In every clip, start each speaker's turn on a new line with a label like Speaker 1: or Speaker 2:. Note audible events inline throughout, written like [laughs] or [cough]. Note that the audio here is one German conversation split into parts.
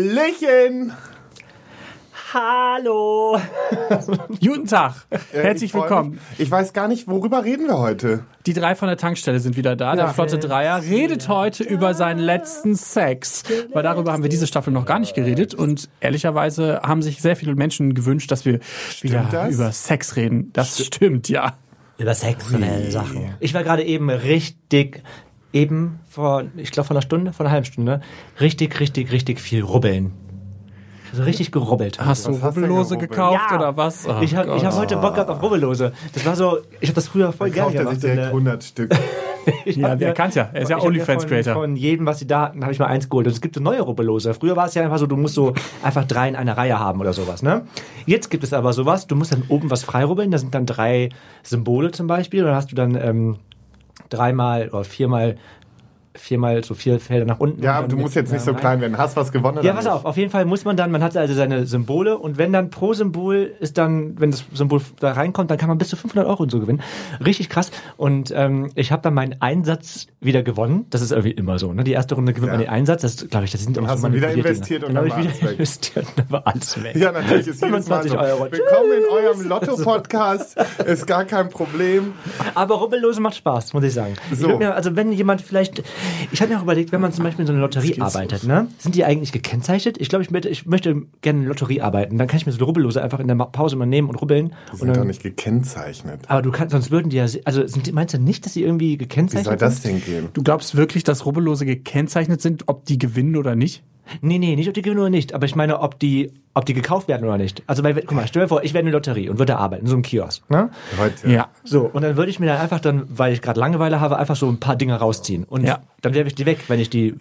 Speaker 1: Hallöchen!
Speaker 2: Hallo!
Speaker 3: Guten Tag,
Speaker 1: Äh,
Speaker 3: herzlich
Speaker 1: ich freu
Speaker 3: willkommen.
Speaker 1: mich. Ich weiß gar nicht, worüber reden wir heute.
Speaker 3: Die drei von der Tankstelle sind wieder da. Der Flotte Dreier redet heute über seinen letzten Sex. Weil darüber haben wir diese Staffel noch gar nicht geredet. Und ehrlicherweise haben sich sehr viele Menschen gewünscht, dass wir wieder
Speaker 1: das?
Speaker 3: über Sex reden. Das stimmt, ja.
Speaker 2: Über sexuelle Sachen. Ich war gerade eben richtig, eben vor, ich glaube vor einer Stunde, vor einer halben Stunde, richtig, richtig, richtig viel rubbeln. Also richtig gerubbelt.
Speaker 3: Hast du
Speaker 1: hast du
Speaker 3: Rubbellose
Speaker 1: denn
Speaker 3: gekauft
Speaker 2: Ja.
Speaker 3: oder was? Oh
Speaker 2: ich habe
Speaker 3: Gott.
Speaker 2: hab heute Bock gehabt auf Rubbellose. Das war so, ich habe das früher voll gerne
Speaker 1: Kauft er sich
Speaker 2: gemacht.
Speaker 1: direkt
Speaker 2: Und, äh,
Speaker 1: 100 Stück.
Speaker 2: [laughs] ich
Speaker 3: Ja,
Speaker 2: hab
Speaker 3: wer
Speaker 2: mir-
Speaker 3: kann's ja? Er ist ja
Speaker 2: ich hab mir
Speaker 3: OnlyFans-Creator.
Speaker 2: Von, von jedem, was sie da hatten, habe ich mal eins geholt. Und es gibt so neue Rubbellose. Früher war es ja einfach so, du musst so einfach drei in einer Reihe haben oder sowas. Ne? Jetzt gibt es aber sowas, du musst dann oben was freirubbeln. Da sind dann drei Symbole zum Beispiel. Und dann hast du dann ähm, dreimal oder viermal, viermal so vier Felder nach unten.
Speaker 1: Ja,
Speaker 2: Und
Speaker 1: aber
Speaker 2: dann
Speaker 1: du
Speaker 2: mit-
Speaker 1: musst jetzt nicht so
Speaker 2: Nein.
Speaker 1: klein werden. Hast was gewonnen?
Speaker 2: Ja,
Speaker 1: oder
Speaker 2: pass
Speaker 1: nicht?
Speaker 2: auf, auf jeden Fall muss man dann, man hat also seine Symbole und wenn dann pro Symbol ist dann, wenn das Symbol da reinkommt, dann kann man bis zu 500 Euro und so gewinnen. Richtig krass. Und ähm, ich habe dann meinen Einsatz wieder gewonnen. Das ist irgendwie immer so, ne? Die erste Runde gewinnt
Speaker 1: Ja.
Speaker 2: man den Einsatz, das glaube ich, das sind auch
Speaker 1: hast
Speaker 2: so
Speaker 1: du wieder
Speaker 2: manipulierte
Speaker 1: investiert
Speaker 2: Dinger.
Speaker 1: und
Speaker 2: dann
Speaker 1: dann
Speaker 2: habe ich
Speaker 1: war
Speaker 2: wieder
Speaker 1: alles weg.
Speaker 2: [laughs] investiert und dann war alles weg.
Speaker 1: Ja, natürlich ist jedes Mal
Speaker 2: 25
Speaker 1: so.
Speaker 2: Euro.
Speaker 1: Willkommen in eurem Lotto-Podcast. Ist gar kein Problem.
Speaker 2: Aber Rubbellose macht Spaß, muss ich sagen.
Speaker 1: So.
Speaker 2: Ich hab mir, also wenn jemand vielleicht, ich habe mir auch überlegt, wenn man zum Beispiel in so einer Lotterie arbeitet, ne? sind die eigentlich gekennzeichnet? Ich glaube, ich, möchte- ich möchte gerne in der Lotterie arbeiten. Dann kann ich mir so Rubbellose einfach in der Ma- Pause mal nehmen und rubbeln.
Speaker 1: Die
Speaker 2: Und
Speaker 1: sind doch
Speaker 2: dann,
Speaker 1: nicht gekennzeichnet.
Speaker 2: aber du kannst, sonst würden die ja, se- also sind die, meinst du nicht, dass die irgendwie
Speaker 1: Wie
Speaker 2: gekennzeichnet
Speaker 1: soll das denn
Speaker 2: sind?
Speaker 1: gehen?
Speaker 3: Du glaubst wirklich, dass Rubbellose gekennzeichnet sind, ob die gewinnen oder nicht?
Speaker 2: Nee, nee, nicht ob die gewinnen oder nicht, aber ich meine, ob die, ob die gekauft werden oder nicht. Also weil, guck mal, stell dir vor, ich wäre in der Lotterie und würde da arbeiten, in so einem Kiosk. Ne?
Speaker 1: Heute.
Speaker 3: Ja.
Speaker 2: So, und dann würde ich mir dann einfach dann, weil ich gerade Langeweile habe, einfach so ein paar Dinge rausziehen. Und
Speaker 3: Ja.
Speaker 2: dann werfe ich die weg, wenn ich die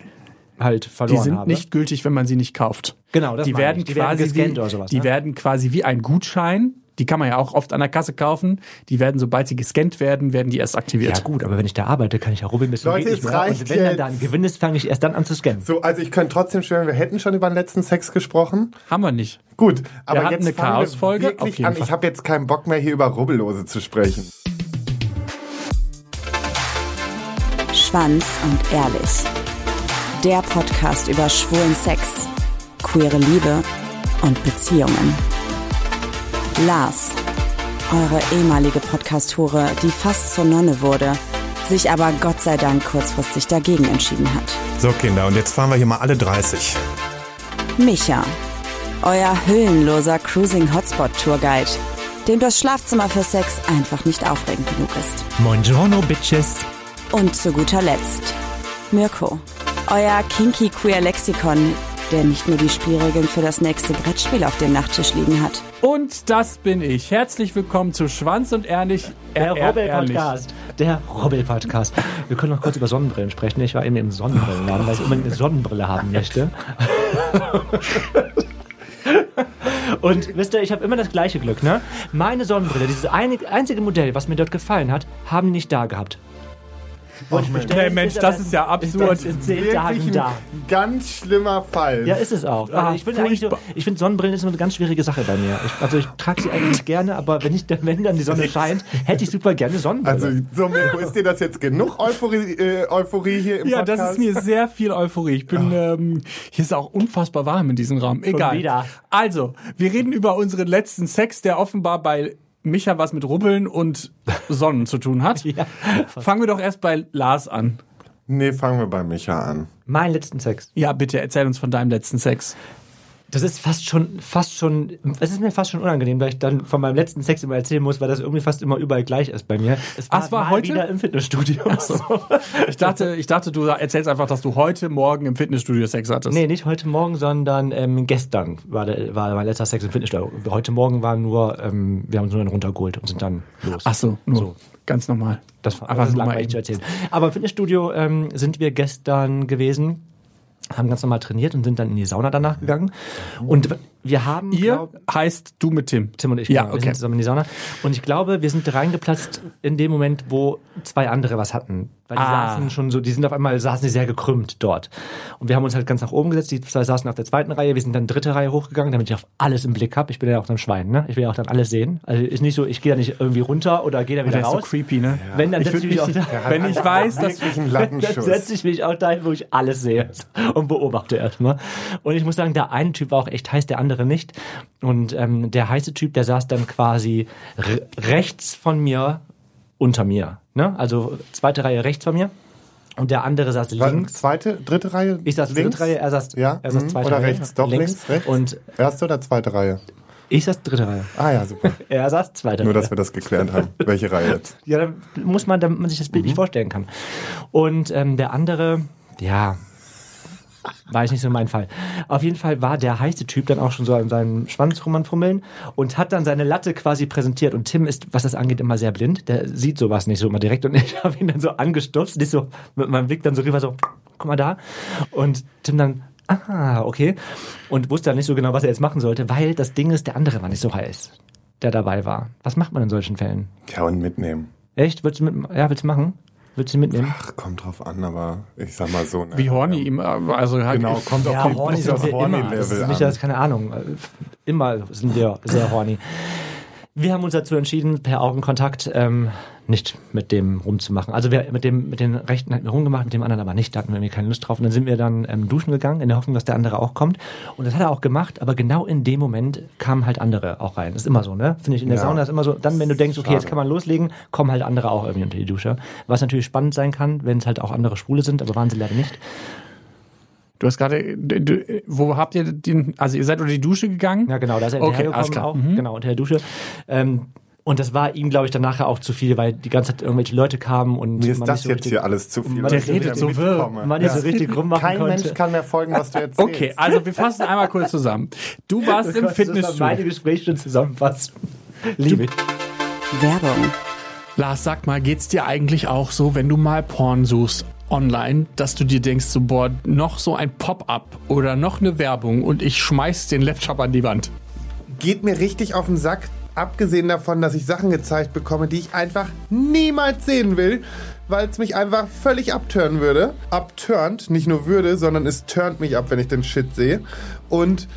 Speaker 2: halt verloren
Speaker 3: Die sind
Speaker 2: habe.
Speaker 3: nicht gültig, wenn man sie nicht kauft.
Speaker 2: Genau, das
Speaker 3: die
Speaker 2: meine
Speaker 3: werden
Speaker 2: ich. Die werden
Speaker 3: quasi
Speaker 2: gescannt
Speaker 3: wie,
Speaker 2: oder sowas,
Speaker 3: Die
Speaker 2: ne?
Speaker 3: werden quasi wie ein Gutschein. Die kann man ja auch oft an der Kasse kaufen. Die werden, sobald sie gescannt werden, werden die erst aktiviert.
Speaker 2: ja gut, aber wenn ich da arbeite, kann ich ja rubbeln bis zum
Speaker 1: Leute,
Speaker 2: geht nicht
Speaker 1: es
Speaker 2: mehr.
Speaker 1: reicht
Speaker 2: Und wenn dann
Speaker 1: jetzt.
Speaker 2: da ein Gewinn ist, fange ich erst dann an zu scannen.
Speaker 1: So, also ich könnte trotzdem schwören, wir hätten schon über den letzten Sex gesprochen.
Speaker 3: Haben wir nicht.
Speaker 1: Gut, aber
Speaker 3: hatten
Speaker 1: jetzt
Speaker 3: eine
Speaker 1: fangen wir
Speaker 3: Chaosfolge,
Speaker 1: wirklich
Speaker 3: auf jeden
Speaker 1: an.
Speaker 3: Fall.
Speaker 1: Ich habe jetzt keinen Bock mehr, hier über Rubbellose zu sprechen.
Speaker 4: Schwanz und Ehrlich. Der Podcast über schwulen Sex, queere Liebe und Beziehungen. Lars, eure ehemalige Podcast-Hure, die fast zur Nonne wurde, sich aber Gott sei Dank kurzfristig dagegen entschieden hat.
Speaker 5: So Kinder, und jetzt fahren wir hier mal alle 30.
Speaker 4: Micha, euer hüllenloser Cruising-Hotspot-Tourguide, dem das Schlafzimmer für Sex einfach nicht aufregend genug ist.
Speaker 2: Buongiorno, Bitches.
Speaker 4: Und zu guter Letzt, Mirko, euer kinky queer Lexikon, der nicht nur die Spielregeln für das nächste Brettspiel auf dem Nachttisch liegen hat.
Speaker 3: Und das bin ich. Herzlich willkommen zu Schwanz und Ehrlich.
Speaker 2: Der
Speaker 3: Er- Er-
Speaker 2: Robbel-Podcast. Der Robbel-Podcast. Wir können noch kurz über Sonnenbrillen sprechen. Ich war eben im Sonnenbrillenladen, weil ich unbedingt eine Sonnenbrille haben möchte. Und wisst ihr, ich habe immer das gleiche Glück, ne? Meine Sonnenbrille, dieses einig- einzige Modell, was mir dort gefallen hat, haben die nicht da gehabt. Wollte ich bestellen,
Speaker 3: Nee, Mensch,
Speaker 2: ist
Speaker 3: das
Speaker 2: aber-
Speaker 3: ist ja
Speaker 2: das
Speaker 3: absurd.
Speaker 2: in zehn Tagen
Speaker 1: Wirklich
Speaker 2: da.
Speaker 1: ein ganz schlimmer Fall.
Speaker 2: Ja, ist es auch. Also
Speaker 3: Ah,
Speaker 2: ich bin eigentlich so, ich finde Sonnenbrillen ist immer eine ganz schwierige Sache bei mir. Ich, also ich trage sie eigentlich gerne, aber wenn ich [laughs] wenn dann die Sonne scheint, hätte ich super gerne Sonnenbrille.
Speaker 1: Also, so, Mirko, ist dir das jetzt genug Euphorie, äh, Euphorie hier im
Speaker 3: Ja,
Speaker 1: Podcast?
Speaker 3: das ist mir sehr viel Euphorie. Ich bin, ähm, hier ist auch unfassbar warm in diesem Raum. Egal.
Speaker 2: wieder.
Speaker 3: Also, wir reden über unseren letzten Sex, der offenbar bei Micha was mit Rubbeln und Sonnen zu tun
Speaker 2: [laughs]
Speaker 3: hat. Fangen wir doch erst bei Lars an.
Speaker 1: Nee, fangen wir bei Micha an.
Speaker 2: Mein letzten Sex.
Speaker 3: Ja, bitte erzähl uns von deinem letzten Sex.
Speaker 2: Das ist fast schon, fast schon, es ist mir fast schon unangenehm, weil ich dann von meinem letzten Sex immer erzählen muss, weil das irgendwie fast immer überall gleich ist bei mir. Es
Speaker 3: Ach, Ah, es war
Speaker 2: mal
Speaker 3: heute?
Speaker 2: wieder im Fitnessstudio.
Speaker 3: Ich dachte, ich dachte, du erzählst einfach, dass du heute Morgen im Fitnessstudio Sex
Speaker 2: [laughs]
Speaker 3: hattest.
Speaker 2: nee, nicht heute Morgen, sondern ähm, gestern war, der, war mein letzter Sex im Fitnessstudio. Heute Morgen war nur, ähm, wir haben uns nur dann runtergeholt und sind dann los.
Speaker 3: Ach so, nur ganz normal.
Speaker 2: Das war
Speaker 3: einfach
Speaker 2: das ist
Speaker 3: nur mal
Speaker 2: langweilig zu
Speaker 3: eben.
Speaker 2: erzählen. Aber im Fitnessstudio ähm, sind wir gestern gewesen, haben ganz normal trainiert und sind dann in die Sauna danach gegangen. Und w- wir haben.
Speaker 3: Ihr
Speaker 2: glaub-
Speaker 3: heißt du mit Tim.
Speaker 2: Tim und ich,
Speaker 3: Ja,
Speaker 2: genau. wir
Speaker 3: okay.
Speaker 2: sind zusammen in die Sauna. Und ich glaube, wir sind reingeplatzt in dem Moment, wo zwei andere was hatten. Weil die
Speaker 3: Ah.
Speaker 2: saßen schon so, die sind auf einmal, saßen die sehr gekrümmt dort. Und wir haben uns halt ganz nach oben gesetzt, die zwei saßen auf der zweiten Reihe, wir sind dann dritte Reihe hochgegangen, damit ich auf alles im Blick habe. Ich bin ja auch ein Schwein, ne? Ich will ja auch dann alles sehen. Also ist nicht so, ich gehe da nicht irgendwie runter oder gehe da wieder
Speaker 3: Der ist so
Speaker 2: raus.
Speaker 3: creepy, ne?
Speaker 2: Wenn, dann
Speaker 3: Ich
Speaker 2: setze ich
Speaker 3: würd
Speaker 2: mich auch
Speaker 3: mich-
Speaker 2: da.
Speaker 1: Er hat
Speaker 3: Wenn ich
Speaker 1: einfach
Speaker 3: weiß, dass-
Speaker 1: wirklich einen
Speaker 2: [laughs] Dann
Speaker 1: Lattenschuss.
Speaker 2: setze ich mich auch dahin, wo ich alles sehe und beobachte erstmal. Und ich muss sagen, der eine Typ war auch echt heiß, der andere nicht. Und ähm, der heiße Typ, der saß dann quasi re rechts von mir, unter mir. Ne? Also zweite Reihe rechts von mir. Und der andere saß
Speaker 1: Wa-
Speaker 2: links.
Speaker 1: Zweite, dritte Reihe?
Speaker 2: Ich saß
Speaker 1: links?
Speaker 2: dritte Reihe, er saß,
Speaker 1: Ja,
Speaker 2: er saß
Speaker 1: mhm.
Speaker 2: zweite
Speaker 1: oder
Speaker 2: Reihe.
Speaker 1: rechts, doch links, rechts.
Speaker 2: Und
Speaker 1: Erste oder zweite Reihe?
Speaker 2: ich saß dritte Reihe.
Speaker 1: Ah ja, super.
Speaker 2: Er saß zweite
Speaker 1: Nur,
Speaker 2: Reihe.
Speaker 1: dass wir das geklärt
Speaker 2: [laughs]
Speaker 1: haben. Welche Reihe jetzt?
Speaker 2: Ja, da muss man, damit man sich das Bild nicht vorstellen kann. Und ähm, der andere, ja, war ich nicht so mein Fall. Auf jeden Fall war der heiße Typ dann auch schon so an seinem Schwanz rum an Fummeln und hat dann seine Latte quasi präsentiert. Und Tim ist, was das angeht, immer sehr blind. Der sieht sowas nicht so immer direkt. Und [laughs] ich habe ihn dann so angestupst, nicht so mit meinem Blick dann so rüber, so, guck mal da. Und Tim dann, ah, okay. Und wusste dann nicht so genau, was er jetzt machen sollte, weil das Ding ist, der andere war nicht so heiß, der dabei war. Was macht man in solchen Fällen?
Speaker 1: Ja, und mitnehmen.
Speaker 2: Echt? Willst du, mit, ja, willst du machen? Willst du mitnehmen?
Speaker 1: Ach, kommt drauf an, aber ich sag mal so. Ne?
Speaker 3: Wie horny ihm, also halt-
Speaker 1: Genau, kommt auf die,
Speaker 2: horny
Speaker 1: bisschen
Speaker 2: sind
Speaker 1: auf
Speaker 2: wir
Speaker 1: horny
Speaker 2: immer. Das
Speaker 1: Level
Speaker 2: ist nicht,
Speaker 1: an.
Speaker 2: das, keine Ahnung. Immer sind wir sehr horny. Wir haben uns dazu entschieden, per Augenkontakt ähm, nicht mit dem rumzumachen. Also wir mit dem mit den Rechten hatten wir rumgemacht, mit dem anderen aber nicht. Da hatten wir irgendwie keine Lust drauf. Und dann sind wir dann ähm, duschen gegangen, in der Hoffnung, dass der andere auch kommt. Und das hat er auch gemacht. Aber genau in dem Moment kamen halt andere auch rein. Das ist immer so, ne? Finde ich in der
Speaker 1: Ja.
Speaker 2: Sauna ist immer so. Dann, wenn du denkst, okay, jetzt
Speaker 1: Schade.
Speaker 2: kann man loslegen, kommen halt andere auch irgendwie unter die Dusche. Was natürlich spannend sein kann, wenn es halt auch andere Schwule sind, aber waren sie leider nicht.
Speaker 3: Du hast gerade, du- du- wo habt ihr den, also ihr seid unter die Dusche gegangen?
Speaker 2: Ja, genau, da ist er
Speaker 3: Okay,
Speaker 2: hinterhergekommen
Speaker 3: alles klar. Mhm.
Speaker 2: auch. Genau, unter der Dusche. Ähm, und das war ihm, glaube ich, dann nachher auch zu viel, weil die ganze Zeit irgendwelche Leute kamen und
Speaker 1: Mir ist
Speaker 2: man
Speaker 1: das
Speaker 2: nicht so
Speaker 1: jetzt
Speaker 2: richtig,
Speaker 1: hier alles zu viel. dass
Speaker 2: Man
Speaker 1: ich
Speaker 2: redet
Speaker 1: wieder
Speaker 3: so wirr.
Speaker 1: mitkomme.
Speaker 2: man nicht so richtig rummachen
Speaker 1: Kein
Speaker 2: konnte.
Speaker 1: Mensch kann mehr folgen, was du jetzt
Speaker 3: Okay, also wir fassen einmal kurz zusammen. Du
Speaker 2: [laughs]
Speaker 3: warst im
Speaker 2: Das war meine
Speaker 3: Fitnessstudio.
Speaker 2: Gespräche zusammenfassen. Liebe ich.
Speaker 4: Werbung.
Speaker 3: Lars, sag mal, geht's dir eigentlich auch so, wenn du mal Porn suchst online, dass du dir denkst, so boah, noch so ein Pop-up oder noch eine Werbung und ich schmeiß den Laptop an die Wand.
Speaker 1: Geht mir richtig auf den Sack, abgesehen davon, dass ich Sachen gezeigt bekomme, die ich einfach niemals sehen will, weil es mich einfach völlig abtören würde. Abturnt, nicht nur würde, sondern es turnt mich ab, wenn ich den Shit sehe. Und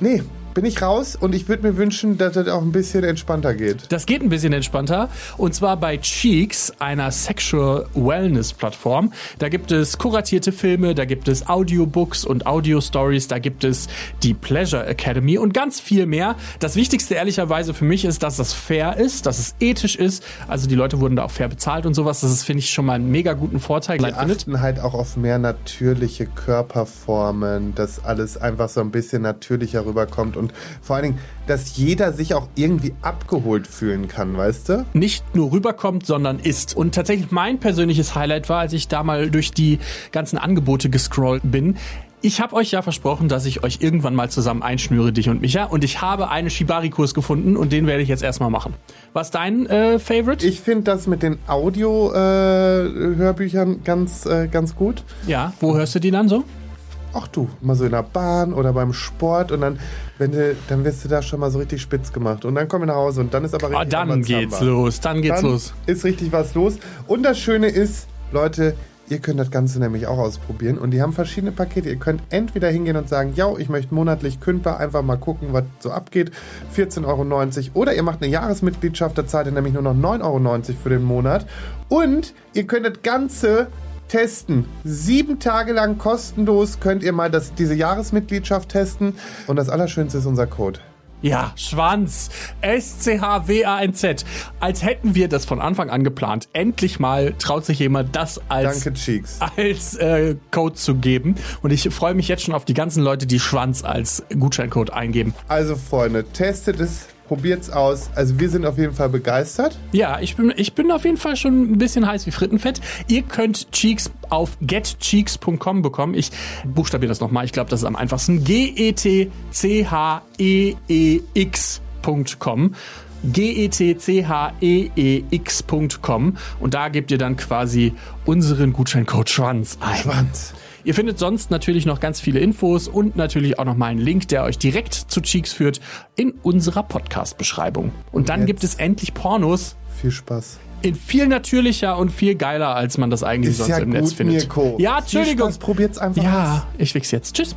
Speaker 1: nee, bin ich raus und ich würde mir wünschen, dass das auch ein bisschen entspannter geht.
Speaker 3: Das geht ein bisschen entspannter. Und zwar bei Cheeks, einer Sexual Wellness Plattform. Da gibt es kuratierte Filme, da gibt es Audiobooks und Audio Stories, da gibt es die Pleasure Academy und ganz viel mehr. Das Wichtigste ehrlicherweise für mich ist, dass das fair ist, dass es ethisch ist. Also die Leute wurden da auch fair bezahlt und sowas. Das ist, finde ich, schon mal einen mega guten Vorteil.
Speaker 1: Die achten halt auch auf mehr natürliche Körperformen, dass alles einfach so ein bisschen natürlicher rüberkommt und vor allen Dingen, dass jeder sich auch irgendwie abgeholt fühlen kann, weißt du?
Speaker 3: nicht nur rüberkommt, sondern ist. Und tatsächlich mein persönliches Highlight war, als ich da mal durch die ganzen Angebote gescrollt bin. Ich habe euch ja versprochen, dass ich euch irgendwann mal zusammen einschnüre, dich und Micha. Und ich habe einen Shibari-Kurs gefunden und den werde ich jetzt erstmal machen. Was dein äh, Favorite?
Speaker 1: Ich finde das mit den äh, Audio-Hörbüchern ganz, äh, ganz gut.
Speaker 3: ja, wo hörst du die dann so?
Speaker 1: Ach du, mal so in der Bahn oder beim Sport und dann, wenn du, dann wirst du da schon mal so richtig spitz gemacht. Und dann komm ich nach Hause und dann ist aber richtig
Speaker 3: Ah, dann
Speaker 1: Rambazamba.
Speaker 3: geht's los, dann geht's
Speaker 1: Dann
Speaker 3: los.
Speaker 1: ist richtig was los. Und das Schöne ist, Leute, ihr könnt das Ganze nämlich auch ausprobieren. Und die haben verschiedene Pakete. Ihr könnt entweder hingehen und sagen, ja, ich möchte monatlich kündbar einfach mal gucken, was so abgeht. 14,90 Euro. Oder ihr macht eine Jahresmitgliedschaft, da zahlt ihr nämlich nur noch 9,90 Euro für den Monat. Und ihr könnt das Ganze testen. Sieben Tage lang kostenlos könnt ihr mal das, diese Jahresmitgliedschaft testen. Und das Allerschönste ist unser Code.
Speaker 3: Ja, Schwanz. S-C-H-W-A-N-Z. Als hätten wir das von Anfang an geplant. Endlich mal traut sich jemand das als
Speaker 1: Danke, Cheeks.
Speaker 3: als äh, Code zu geben. Und ich freue mich jetzt schon auf die ganzen Leute, die Schwanz als Gutscheincode eingeben.
Speaker 1: Also Freunde, testet es, probiert's aus. Also wir sind auf jeden Fall begeistert.
Speaker 3: Ja, ich bin, ich bin auf jeden Fall schon ein bisschen heiß wie Frittenfett. Ihr könnt Cheeks auf getcheeks.com bekommen. Ich buchstabiere das nochmal. Ich glaube, das ist am einfachsten. E G-E-T-C-H-E-E-X.com. E G-E-T-C-H-E-E-X.com. Und da gebt ihr dann quasi unseren Gutscheincode Schwanz ein.
Speaker 1: Schwanz.
Speaker 3: Ihr findet sonst natürlich noch ganz viele Infos und natürlich auch nochmal einen Link, der euch direkt zu Cheeks führt, in unserer Podcast-Beschreibung. Und dann
Speaker 1: Jetzt.
Speaker 3: gibt es endlich Pornos
Speaker 1: Viel Spaß.
Speaker 3: in viel natürlicher und viel geiler, als man das eigentlich
Speaker 1: Ist
Speaker 3: sonst
Speaker 1: ja
Speaker 3: im
Speaker 1: gut,
Speaker 3: Netz findet.
Speaker 1: Mirko.
Speaker 3: Ja,
Speaker 1: Viel
Speaker 3: Entschuldigung.
Speaker 1: Spaß, probiert's einfach aus.
Speaker 3: Ja, ich wichs jetzt. Tschüss.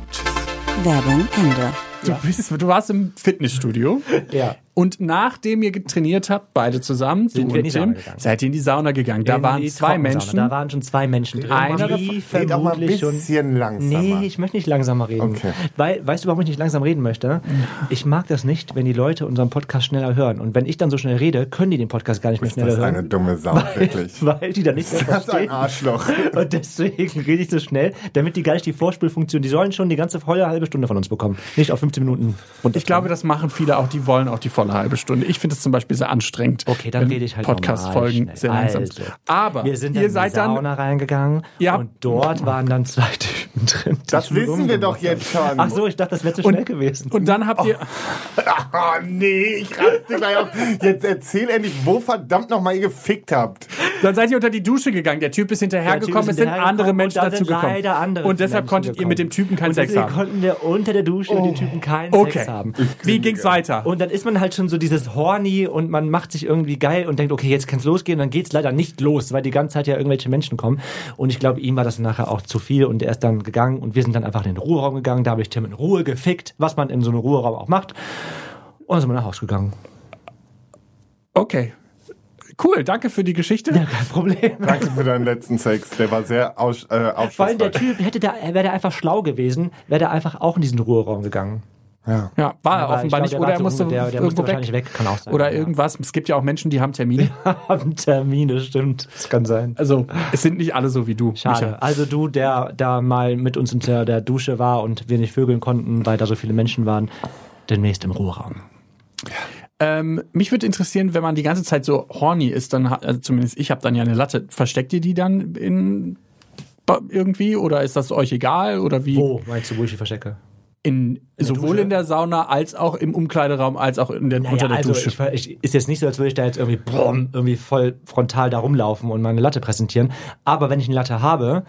Speaker 4: Werbung Ende.
Speaker 3: Du, bist, du warst im Fitnessstudio.
Speaker 2: Ja.
Speaker 3: Und nachdem ihr getrainiert habt, beide zusammen, du
Speaker 2: Sind wir in
Speaker 3: und
Speaker 2: die Sauna
Speaker 3: Tim,
Speaker 2: gegangen.
Speaker 3: seid ihr in die Sauna gegangen. Da
Speaker 2: In
Speaker 3: waren
Speaker 2: die
Speaker 3: zwei
Speaker 2: Trockensauna.
Speaker 3: Menschen.
Speaker 2: Da waren schon zwei Menschen drin.
Speaker 3: Einer
Speaker 2: die
Speaker 3: davon-
Speaker 1: Red auch mal ein
Speaker 2: vermutlich schon-
Speaker 1: bisschen langsamer.
Speaker 2: Nee, ich möchte nicht langsamer reden.
Speaker 1: Okay.
Speaker 2: Weil, weißt du, warum ich nicht langsam reden möchte? Ich mag das nicht, wenn die Leute unseren Podcast schneller hören. Und wenn ich dann so schnell rede, können die den Podcast gar nicht mehr
Speaker 1: Ist das
Speaker 2: schneller
Speaker 1: eine
Speaker 2: [laughs] hören.
Speaker 1: dumme Sau, wirklich.
Speaker 2: Weil die dann nicht mehr
Speaker 1: Das ist ein
Speaker 2: verstehen.
Speaker 1: Arschloch.
Speaker 2: [laughs] Und deswegen rede ich so schnell, damit die gar nicht die Vorspielfunktion, die sollen schon die ganze volle halbe Stunde von uns bekommen. Nicht auf 15 Minuten.
Speaker 3: Und ich glaube, das machen viele auch, die wollen auch die volle halbe Stunde. Ich finde es zum Beispiel sehr anstrengend.
Speaker 2: Okay, dann
Speaker 3: wenn
Speaker 2: rede ich halt
Speaker 3: Podcast-Folgen
Speaker 2: normal
Speaker 3: sehr
Speaker 2: schnell.
Speaker 3: langsam.
Speaker 2: Also,
Speaker 3: Aber
Speaker 2: Wir sind dann
Speaker 3: ihr
Speaker 2: in die
Speaker 3: seid dann.
Speaker 2: Sauna reingegangen
Speaker 3: Ja.
Speaker 2: und [laughs] dort waren dann zwei Typen drin. die
Speaker 1: Das
Speaker 2: schon
Speaker 1: wissen wir
Speaker 2: rumgemacht
Speaker 1: doch
Speaker 2: haben.
Speaker 1: jetzt schon.
Speaker 2: Ach so, ich dachte, das wäre zu schnell gewesen.
Speaker 3: Und dann habt
Speaker 2: Oh.
Speaker 3: ihr.
Speaker 1: Ah, nee, ich raste gleich auf. Jetzt erzähl endlich, wo verdammt nochmal ihr gefickt habt.
Speaker 3: Dann seid ihr unter die Dusche gegangen. Der Typ ist
Speaker 2: Der Typ
Speaker 3: hinterhergekommen.
Speaker 2: ist
Speaker 3: Es sind
Speaker 2: hinterhergekommen
Speaker 3: andere
Speaker 2: und
Speaker 3: Menschen
Speaker 2: da
Speaker 3: dazu
Speaker 2: sind
Speaker 3: gekommen.
Speaker 2: leider andere
Speaker 3: Und deshalb
Speaker 2: Menschen
Speaker 3: konntet ihr mit dem
Speaker 2: gekommen.
Speaker 3: Typen keinen
Speaker 2: und
Speaker 3: Sex
Speaker 2: deswegen
Speaker 3: haben.
Speaker 2: konnten wir unter der Dusche mit dem Typen keinen
Speaker 3: Okay.
Speaker 2: Sex haben.
Speaker 3: Wie ging's weiter?
Speaker 2: Und dann ist man halt schon so dieses horny und man macht sich irgendwie geil und denkt, okay, jetzt kann's losgehen. Und dann geht's leider nicht los, weil die ganze Zeit ja irgendwelche Menschen kommen. Und ich glaube, ihm war das nachher auch zu viel und er ist dann gegangen und wir sind dann einfach in den Ruheraum gegangen. Da habe ich Tim in Ruhe gefickt, was man in so einem Ruheraum auch macht. Und dann sind wir nach Hause
Speaker 3: [laughs]
Speaker 2: gegangen.
Speaker 3: Okay. Cool, danke für die Geschichte.
Speaker 2: Kein Problem.
Speaker 1: Danke für deinen letzten Sex. Der war sehr aus, äh,
Speaker 2: Vor allem der
Speaker 1: aufschlussreich.
Speaker 2: Typ, hätte der, wäre der einfach schlau gewesen, wäre der einfach auch in diesen Ruheraum gegangen.
Speaker 1: Ja.
Speaker 3: Ja, war er
Speaker 2: Aber
Speaker 3: offenbar
Speaker 2: ich
Speaker 3: nicht.
Speaker 2: glaub,
Speaker 3: Oder
Speaker 2: der
Speaker 3: er
Speaker 2: war
Speaker 3: musste
Speaker 2: so der, der
Speaker 3: irgendwo
Speaker 2: musste wahrscheinlich
Speaker 3: weg.
Speaker 2: weg. Kann auch sein. [laughs]
Speaker 3: Oder irgendwas. Es gibt ja auch Menschen, die haben Termine.
Speaker 2: Haben Termine, stimmt. Das kann sein.
Speaker 3: Also, es sind nicht alle so wie du.
Speaker 2: Schade.
Speaker 3: Micha.
Speaker 2: Also du, der da mal mit uns unter der Dusche war und wir nicht vögeln konnten, weil da so viele Menschen waren, demnächst im Ruheraum.
Speaker 3: Ähm, mich würde interessieren, wenn man die ganze Zeit so horny ist, dann, ha- also zumindest ich habe dann ja eine Latte. Versteckt ihr die dann in ba- irgendwie oder ist das euch egal oder wie?
Speaker 2: Wo meinst du, wo ich die verstecke?
Speaker 3: In, sowohl
Speaker 2: Dusche?
Speaker 3: in der Sauna als auch im Umkleideraum als auch in der, unter der
Speaker 2: also
Speaker 3: Dusche.
Speaker 2: ich, ver- ich, ist jetzt nicht so, als würde ich da jetzt irgendwie brumm, irgendwie voll frontal da rumlaufen und meine Latte präsentieren. Aber wenn ich eine Latte habe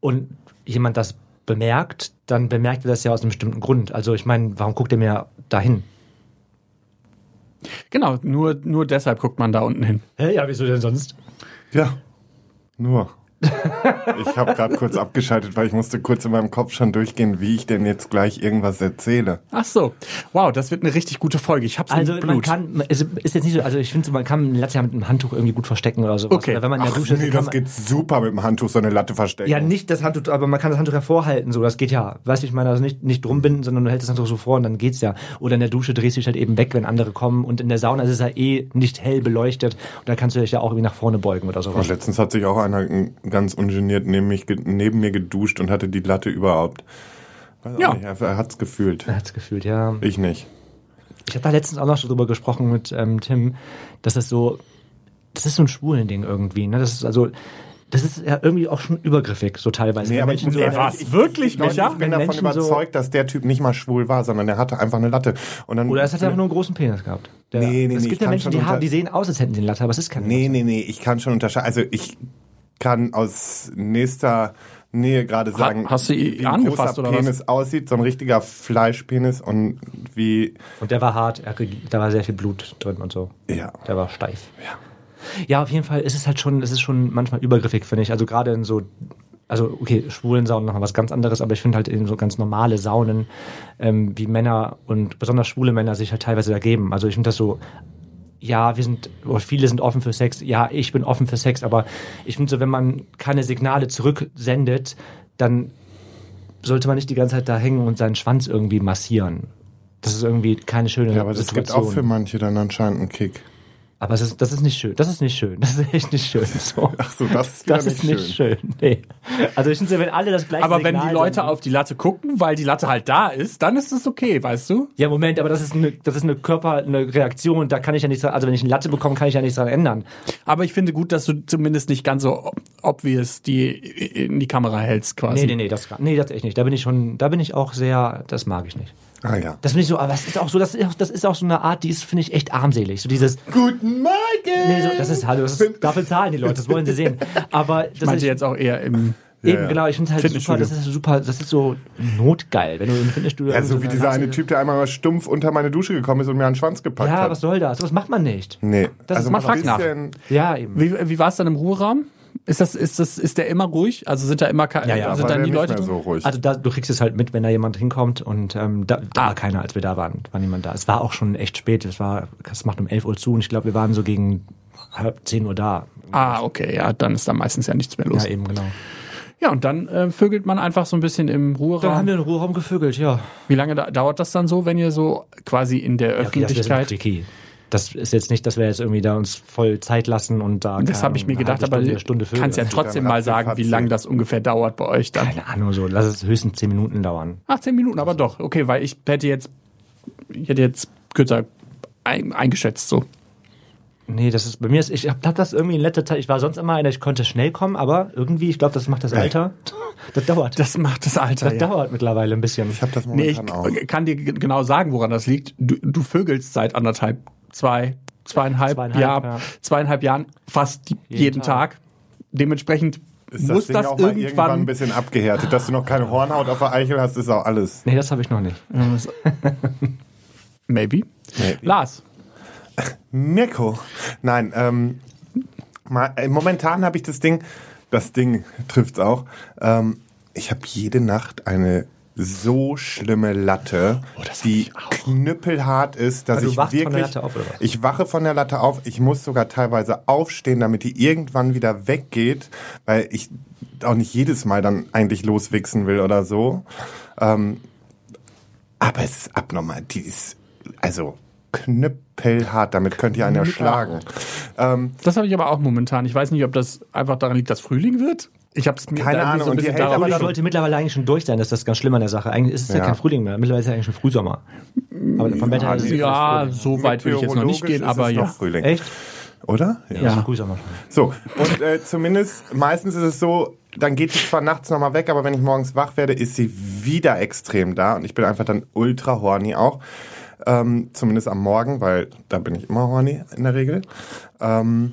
Speaker 2: und jemand das bemerkt, dann bemerkt er das ja aus einem bestimmten Grund. Also ich meine, warum guckt er mir dahin?
Speaker 3: Genau, nur, nur deshalb guckt man da unten hin.
Speaker 2: Hä, ja, wieso denn sonst?
Speaker 1: Ja,
Speaker 2: [laughs]
Speaker 1: nur. Ich habe gerade kurz abgeschaltet, weil ich musste kurz in meinem Kopf schon durchgehen, wie ich denn jetzt gleich irgendwas erzähle.
Speaker 3: Ach so. Wow, das wird eine richtig gute Folge. Ich hab's
Speaker 2: Also
Speaker 3: im
Speaker 2: man
Speaker 3: Blut.
Speaker 2: kann, es ist jetzt nicht so, also ich finde, so, man kann eine Latte ja mit einem Handtuch irgendwie gut verstecken oder sowas.
Speaker 3: Okay.
Speaker 2: Oder wenn man in der
Speaker 1: Ach,
Speaker 2: Dusche
Speaker 1: nee,
Speaker 2: ist, kann
Speaker 1: das
Speaker 2: man,
Speaker 1: geht super mit dem Handtuch, so eine Latte verstecken.
Speaker 2: ja nicht das Handtuch, aber man kann das Handtuch hervorhalten, so das geht ja. Weißt du, ich meine, also nicht nicht drum binden, sondern du hältst das Handtuch so vor und dann geht's ja. Oder in der Dusche drehst du dich halt eben weg, wenn andere kommen und in der Sauna ist es ja eh nicht hell beleuchtet und da kannst du dich ja auch irgendwie nach vorne beugen oder sowas.
Speaker 1: Und letztens hat sich auch einer n- ganz ungeniert neben, mich, ge- neben mir geduscht und hatte die Latte überhaupt. Weiß auch
Speaker 3: Ja.
Speaker 1: nicht, er, er hat's gefühlt.
Speaker 2: Hat's gefühlt, ja.
Speaker 1: Ich nicht.
Speaker 2: Ich habe da letztens auch noch schon drüber gesprochen mit ähm, Tim, dass das so, das ist so ein schwulen Ding irgendwie. Ne? Das ist also, das ist ja irgendwie auch schon übergriffig, so teilweise. Wenn Menschen so-
Speaker 1: ehrlich-
Speaker 3: Er war's wirklich,
Speaker 1: Leute,
Speaker 3: Micha?
Speaker 1: Ich
Speaker 2: Wenn
Speaker 1: bin davon
Speaker 2: Menschen so-
Speaker 1: überzeugt, dass der Typ nicht mal schwul war, sondern er hatte einfach eine Latte. Und dann
Speaker 2: Oder es Also hat einfach nur einen großen Penis gehabt. Der,
Speaker 1: Nee, nee,
Speaker 2: es
Speaker 1: nee, ich
Speaker 2: gibt ja
Speaker 1: kann
Speaker 2: Menschen,
Speaker 1: schon
Speaker 2: die, haben,
Speaker 1: unter-
Speaker 2: die sehen aus, als hätten sie einen Latte, aber es ist kein
Speaker 1: Nee, nee, nee, ich kann schon unterscheiden. Also ich kann aus nächster Nähe gerade sagen,
Speaker 3: hast du ihn
Speaker 1: wie ein
Speaker 3: angefasst
Speaker 1: großer
Speaker 3: oder was?
Speaker 1: Penis aussieht, so ein richtiger Fleischpenis und wie
Speaker 2: Und der war hart, er, krieg- da war sehr viel Blut drin und so.
Speaker 1: ja.
Speaker 2: Der war steif. Ja. ja, auf jeden Fall ist es halt schon, es ist schon manchmal übergriffig, finde ich. Also gerade in so, also okay, schwulen Saunen noch was ganz anderes, aber ich finde halt in so ganz normale Saunen, ähm, wie Männer und besonders schwule Männer sich halt teilweise da geben. Also ich finde das so, ja, wir sind, oder viele sind offen für Sex, ja, ich bin offen für Sex, aber ich finde so, wenn man keine Signale zurücksendet, dann sollte man nicht die ganze Zeit da hängen und seinen Schwanz irgendwie massieren. Das ist irgendwie keine schöne
Speaker 1: Ja, aber das gibt
Speaker 2: Situation.
Speaker 1: auch für manche dann anscheinend einen Kick.
Speaker 2: Aber es ist, das ist nicht schön. Das ist nicht schön. Das ist echt nicht schön. So.
Speaker 1: Ach so, das ist
Speaker 2: Das
Speaker 1: wieder
Speaker 2: ist nicht schön. Nee. Also ich finde, wenn alle das gleiche
Speaker 3: Aber wenn
Speaker 2: Signal
Speaker 3: die Leute
Speaker 2: senden-
Speaker 3: auf die Latte gucken, weil die Latte halt da ist, dann ist es okay, weißt du?
Speaker 2: Ja, Moment, aber das ist eine, das ist eine Körper, eine Reaktion, da kann ich ja nichts dran, also wenn ich eine Latte bekomme, kann ich ja nichts dran ändern.
Speaker 3: Aber ich finde gut, dass du zumindest nicht ganz so ob- obvious die in die Kamera hältst quasi.
Speaker 2: Nee, nee, nee, das, nee, das echt nicht. Da bin ich schon, da bin ich auch sehr, das mag ich nicht.
Speaker 1: Ah ja.
Speaker 2: Das finde ich so, aber das ist auch so, das ist, auch- das ist auch so eine Art, die ist, finde ich, echt armselig. So dieses,
Speaker 1: Guten Morgen!
Speaker 3: [laughs]
Speaker 2: nee, so, das ist, hallo, das ist, dafür zahlen die Leute, das wollen sie sehen. Aber das
Speaker 3: Meinte
Speaker 2: ist,
Speaker 3: jetzt auch eher im
Speaker 2: Eben,
Speaker 1: ja.
Speaker 2: genau. Ich finde es halt super,
Speaker 3: Fitnessstudio.
Speaker 2: das ist super, das ist so notgeil, wenn du im Fitnessstudio...
Speaker 1: Ja, so wie
Speaker 2: dann
Speaker 1: dieser
Speaker 2: hast du-
Speaker 1: eine Typ, der einmal stumpf unter meine Dusche gekommen ist und mir an den Schwanz gepackt
Speaker 2: Ja,
Speaker 1: hat.
Speaker 2: was soll das? Was macht man nicht?
Speaker 1: nee,
Speaker 2: das ist- man
Speaker 1: mal ein
Speaker 3: fragt nach.
Speaker 1: bisschen-
Speaker 2: Ja, eben.
Speaker 3: Wie, wie war es dann im Ruheraum? Ist das, ist das, ist der immer ruhig? Also sind da immer keine,
Speaker 2: Ja, ja,
Speaker 1: Da
Speaker 3: sind
Speaker 1: war
Speaker 3: dann
Speaker 1: der
Speaker 3: die
Speaker 1: nicht
Speaker 3: Leute
Speaker 1: mehr
Speaker 3: drin?
Speaker 1: so ruhig.
Speaker 2: Also da, du kriegst es halt mit, wenn da jemand hinkommt und ähm, da,
Speaker 1: Ah.
Speaker 2: da war keiner, als wir da waren, war niemand da. Es war auch schon echt spät, es war, es macht um 11 Uhr zu und ich glaube, wir waren so gegen halb 10 Uhr da.
Speaker 3: Ah, okay, ja, dann ist da meistens ja nichts mehr los.
Speaker 2: Ja,
Speaker 3: Ja,
Speaker 2: eben, genau.
Speaker 3: und dann äh, vögelt man einfach so ein bisschen im
Speaker 2: Dann haben
Speaker 3: Ruheraum.
Speaker 2: wir in Ruheraum gevögelt, ja.
Speaker 3: Wie lange da, dauert das dann so, wenn ihr so quasi in der
Speaker 2: Okay, das, ist ein
Speaker 3: Öffentlichkeit?
Speaker 2: tricky. das ist jetzt nicht, dass wir jetzt irgendwie da uns voll Zeit lassen und da.
Speaker 3: das
Speaker 2: keine
Speaker 3: habe ich
Speaker 2: Ahnung,
Speaker 3: mir
Speaker 2: eine
Speaker 3: gedacht,
Speaker 2: halbe
Speaker 3: aber
Speaker 2: Stunde,
Speaker 3: du
Speaker 2: Stunde Vögel.
Speaker 3: kannst ja
Speaker 1: dann
Speaker 3: trotzdem mal
Speaker 1: ratze,
Speaker 3: sagen, wie
Speaker 1: fatze.
Speaker 3: lange das ungefähr dauert bei euch dann.
Speaker 2: Keine Ahnung, so lass es höchstens 10 Minuten dauern.
Speaker 3: 18 Minuten, aber doch. Okay, weil ich hätte jetzt, ich hätte jetzt kürzer ein, eingeschätzt so.
Speaker 2: Nee, das ist bei mir ist, ich hab hab das irgendwie in letzter Zeit, ich war sonst immer einer, ich konnte schnell kommen, aber irgendwie, ich glaube, das macht das Alter. [laughs] Das dauert.
Speaker 3: Das macht das Alter.
Speaker 2: das dauert mittlerweile ein bisschen.
Speaker 1: ich habe das
Speaker 3: Nee,
Speaker 1: momentan
Speaker 3: ich
Speaker 1: auch.
Speaker 3: kann dir g- genau sagen, woran das liegt. Du, du vögelst seit anderthalb, zwei, zweieinhalb,
Speaker 2: Zweieinhalb,
Speaker 3: Jahr,
Speaker 2: ja.
Speaker 3: zweieinhalb Jahren fast die, jeden,
Speaker 2: Jeden
Speaker 3: Tag.
Speaker 2: Tag.
Speaker 3: Dementsprechend
Speaker 1: Ist
Speaker 3: muss
Speaker 1: Ding
Speaker 3: das
Speaker 1: auch mal irgendwann ein
Speaker 3: irgendwann.
Speaker 1: bisschen abgehärtet, dass du noch keine Hornhaut auf der Eichel hast, ist auch alles.
Speaker 2: Nee, das habe ich noch nicht.
Speaker 3: [laughs] Maybe. Lars.
Speaker 1: Mirko. Nein, ähm, ma- äh, momentan habe ich das Ding, das Ding trifft's auch. Ähm, ich habe jede Nacht eine so schlimme Latte, die knüppelhart ist, dass
Speaker 2: Aber Also du
Speaker 1: ich
Speaker 2: wachst von
Speaker 1: wirklich
Speaker 2: der Latte auf, oder was?
Speaker 1: ich wache von der Latte auf. Ich muss sogar teilweise aufstehen, damit die irgendwann wieder weggeht, weil ich auch nicht jedes Mal dann eigentlich loswichsen will oder so. Ähm, aber es ist abnormal. Die ist also knüppelhart. Damit könnt ihr einen erschlagen. Ähm,
Speaker 3: Das habe ich aber auch momentan. Ich weiß nicht, ob das einfach daran liegt, dass Frühling wird. Ich habe es mir
Speaker 1: Keine
Speaker 3: dann
Speaker 1: Ahnung,
Speaker 3: So ein
Speaker 1: und die
Speaker 3: bisschen
Speaker 1: hält
Speaker 3: darauf
Speaker 1: aber
Speaker 2: Frühling
Speaker 1: dann-
Speaker 2: sollte mittlerweile eigentlich schon durch sein, das ist das ganz schlimm an der Sache. Eigentlich ist es ja,
Speaker 1: Ja.
Speaker 2: kein Frühling mehr, mittlerweile ist es ja eigentlich schon Frühsommer. Aber vom Wetter her ist es
Speaker 3: ja,
Speaker 2: Frühling.
Speaker 3: so weit würde ich jetzt noch
Speaker 1: meteorologisch
Speaker 3: nicht
Speaker 1: ist
Speaker 3: gehen, aber
Speaker 1: es
Speaker 3: ja.
Speaker 1: Noch Frühling.
Speaker 2: Echt?
Speaker 1: Oder?
Speaker 2: Ja.
Speaker 3: Ja.
Speaker 2: ist Frühsommer schon.
Speaker 1: So, und äh, zumindest meistens ist es so, dann geht sie zwar nachts nochmal weg, aber wenn ich morgens wach werde, ist sie wieder extrem da und ich bin einfach dann ultra horny auch. Ähm, zumindest am Morgen, weil da bin ich immer horny in der Regel. Ähm,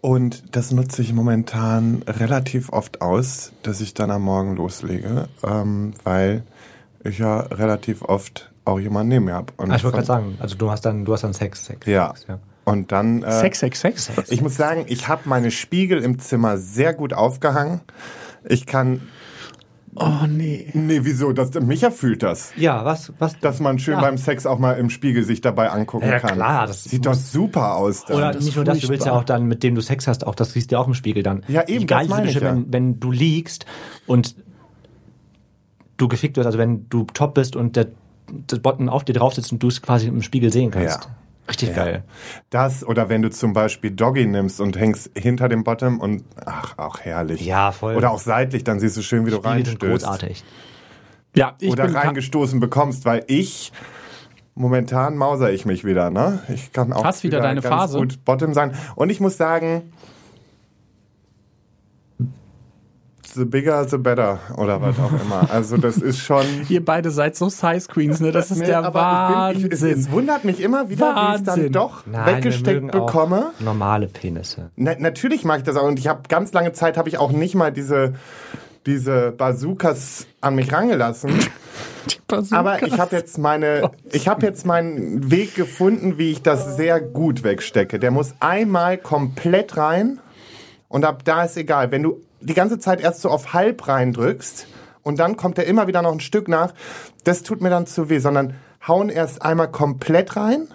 Speaker 1: und das nutze ich momentan relativ oft aus, dass ich dann am Morgen loslege, ähm, weil ich ja relativ oft auch jemanden neben mir habe.
Speaker 2: Ah, ich wollte gerade sagen, also du hast dann, du hast dann Sex. Sex
Speaker 1: Ja.
Speaker 2: Sex, ja.
Speaker 1: Und dann. Äh,
Speaker 3: Sex, Sex, Sex.
Speaker 1: ich muss sagen, ich habe meine Spiegel im Zimmer sehr gut aufgehangen. Ich kann.
Speaker 3: Oh nee.
Speaker 1: Nee, wieso? Das, Micha fühlt das.
Speaker 2: Ja, was, was?
Speaker 1: Dass man schön
Speaker 2: Ja.
Speaker 1: beim Sex auch mal im Spiegel sich dabei angucken
Speaker 2: Ja,
Speaker 1: kann.
Speaker 2: klar, das
Speaker 1: Sieht doch super aus. Dann.
Speaker 2: Oder
Speaker 3: das ist
Speaker 2: nicht nur das, du willst ja
Speaker 3: furchtbar.
Speaker 2: auch dann, mit dem du Sex hast, auch das siehst du ja auch im Spiegel dann.
Speaker 1: Ja, eben,
Speaker 2: Wie Geil
Speaker 1: das meine
Speaker 2: ist
Speaker 1: ich
Speaker 2: es, wenn, wenn du liegst und du gefickt wirst, also wenn du top bist und der, der Botten auf dir drauf sitzt und du es quasi im Spiegel sehen kannst.
Speaker 1: Ja.
Speaker 2: Richtig geil.
Speaker 1: Das, oder wenn du zum Beispiel Doggy nimmst und hängst hinter dem Bottom und. Ach, auch herrlich.
Speaker 2: Ja, voll.
Speaker 1: Oder auch seitlich, dann siehst du schön, wie du
Speaker 2: Spiegel sind
Speaker 1: reinstößt.
Speaker 2: großartig.
Speaker 3: Ja, ich
Speaker 1: Oder
Speaker 3: bin ka-
Speaker 1: reingestoßen bekommst, weil ich. Momentan mauser ich mich wieder, ne? Ich kann auch
Speaker 3: Hast wieder deine
Speaker 1: ganz
Speaker 3: Phase.
Speaker 1: gut Bottom sein. Und ich muss sagen, the bigger the better oder was auch
Speaker 3: [laughs]
Speaker 1: immer. Also das ist schon.
Speaker 3: Ihr beide seid so Size Queens, ne? Das ist
Speaker 1: Nee,
Speaker 3: der
Speaker 1: aber ich bin, ich, es,
Speaker 3: Wahnsinn.
Speaker 1: es wundert mich immer wieder, wie ich es
Speaker 3: Wahnsinn.
Speaker 1: dann doch weggesteckt bekomme.
Speaker 2: Auch normale Penisse.
Speaker 1: Na, natürlich mache ich das auch und ich habe ganz lange Zeit habe ich auch nicht mal diese diese Bazookas an mich rangelassen. Aber ich habe jetzt meine, ich habe jetzt meinen Weg gefunden, wie ich das sehr gut wegstecke. Der muss einmal komplett rein und ab da ist egal. Wenn du die ganze Zeit erst so auf halb reindrückst und dann kommt er immer wieder noch ein Stück nach, das tut mir dann zu weh, sondern hauen erst einmal komplett rein.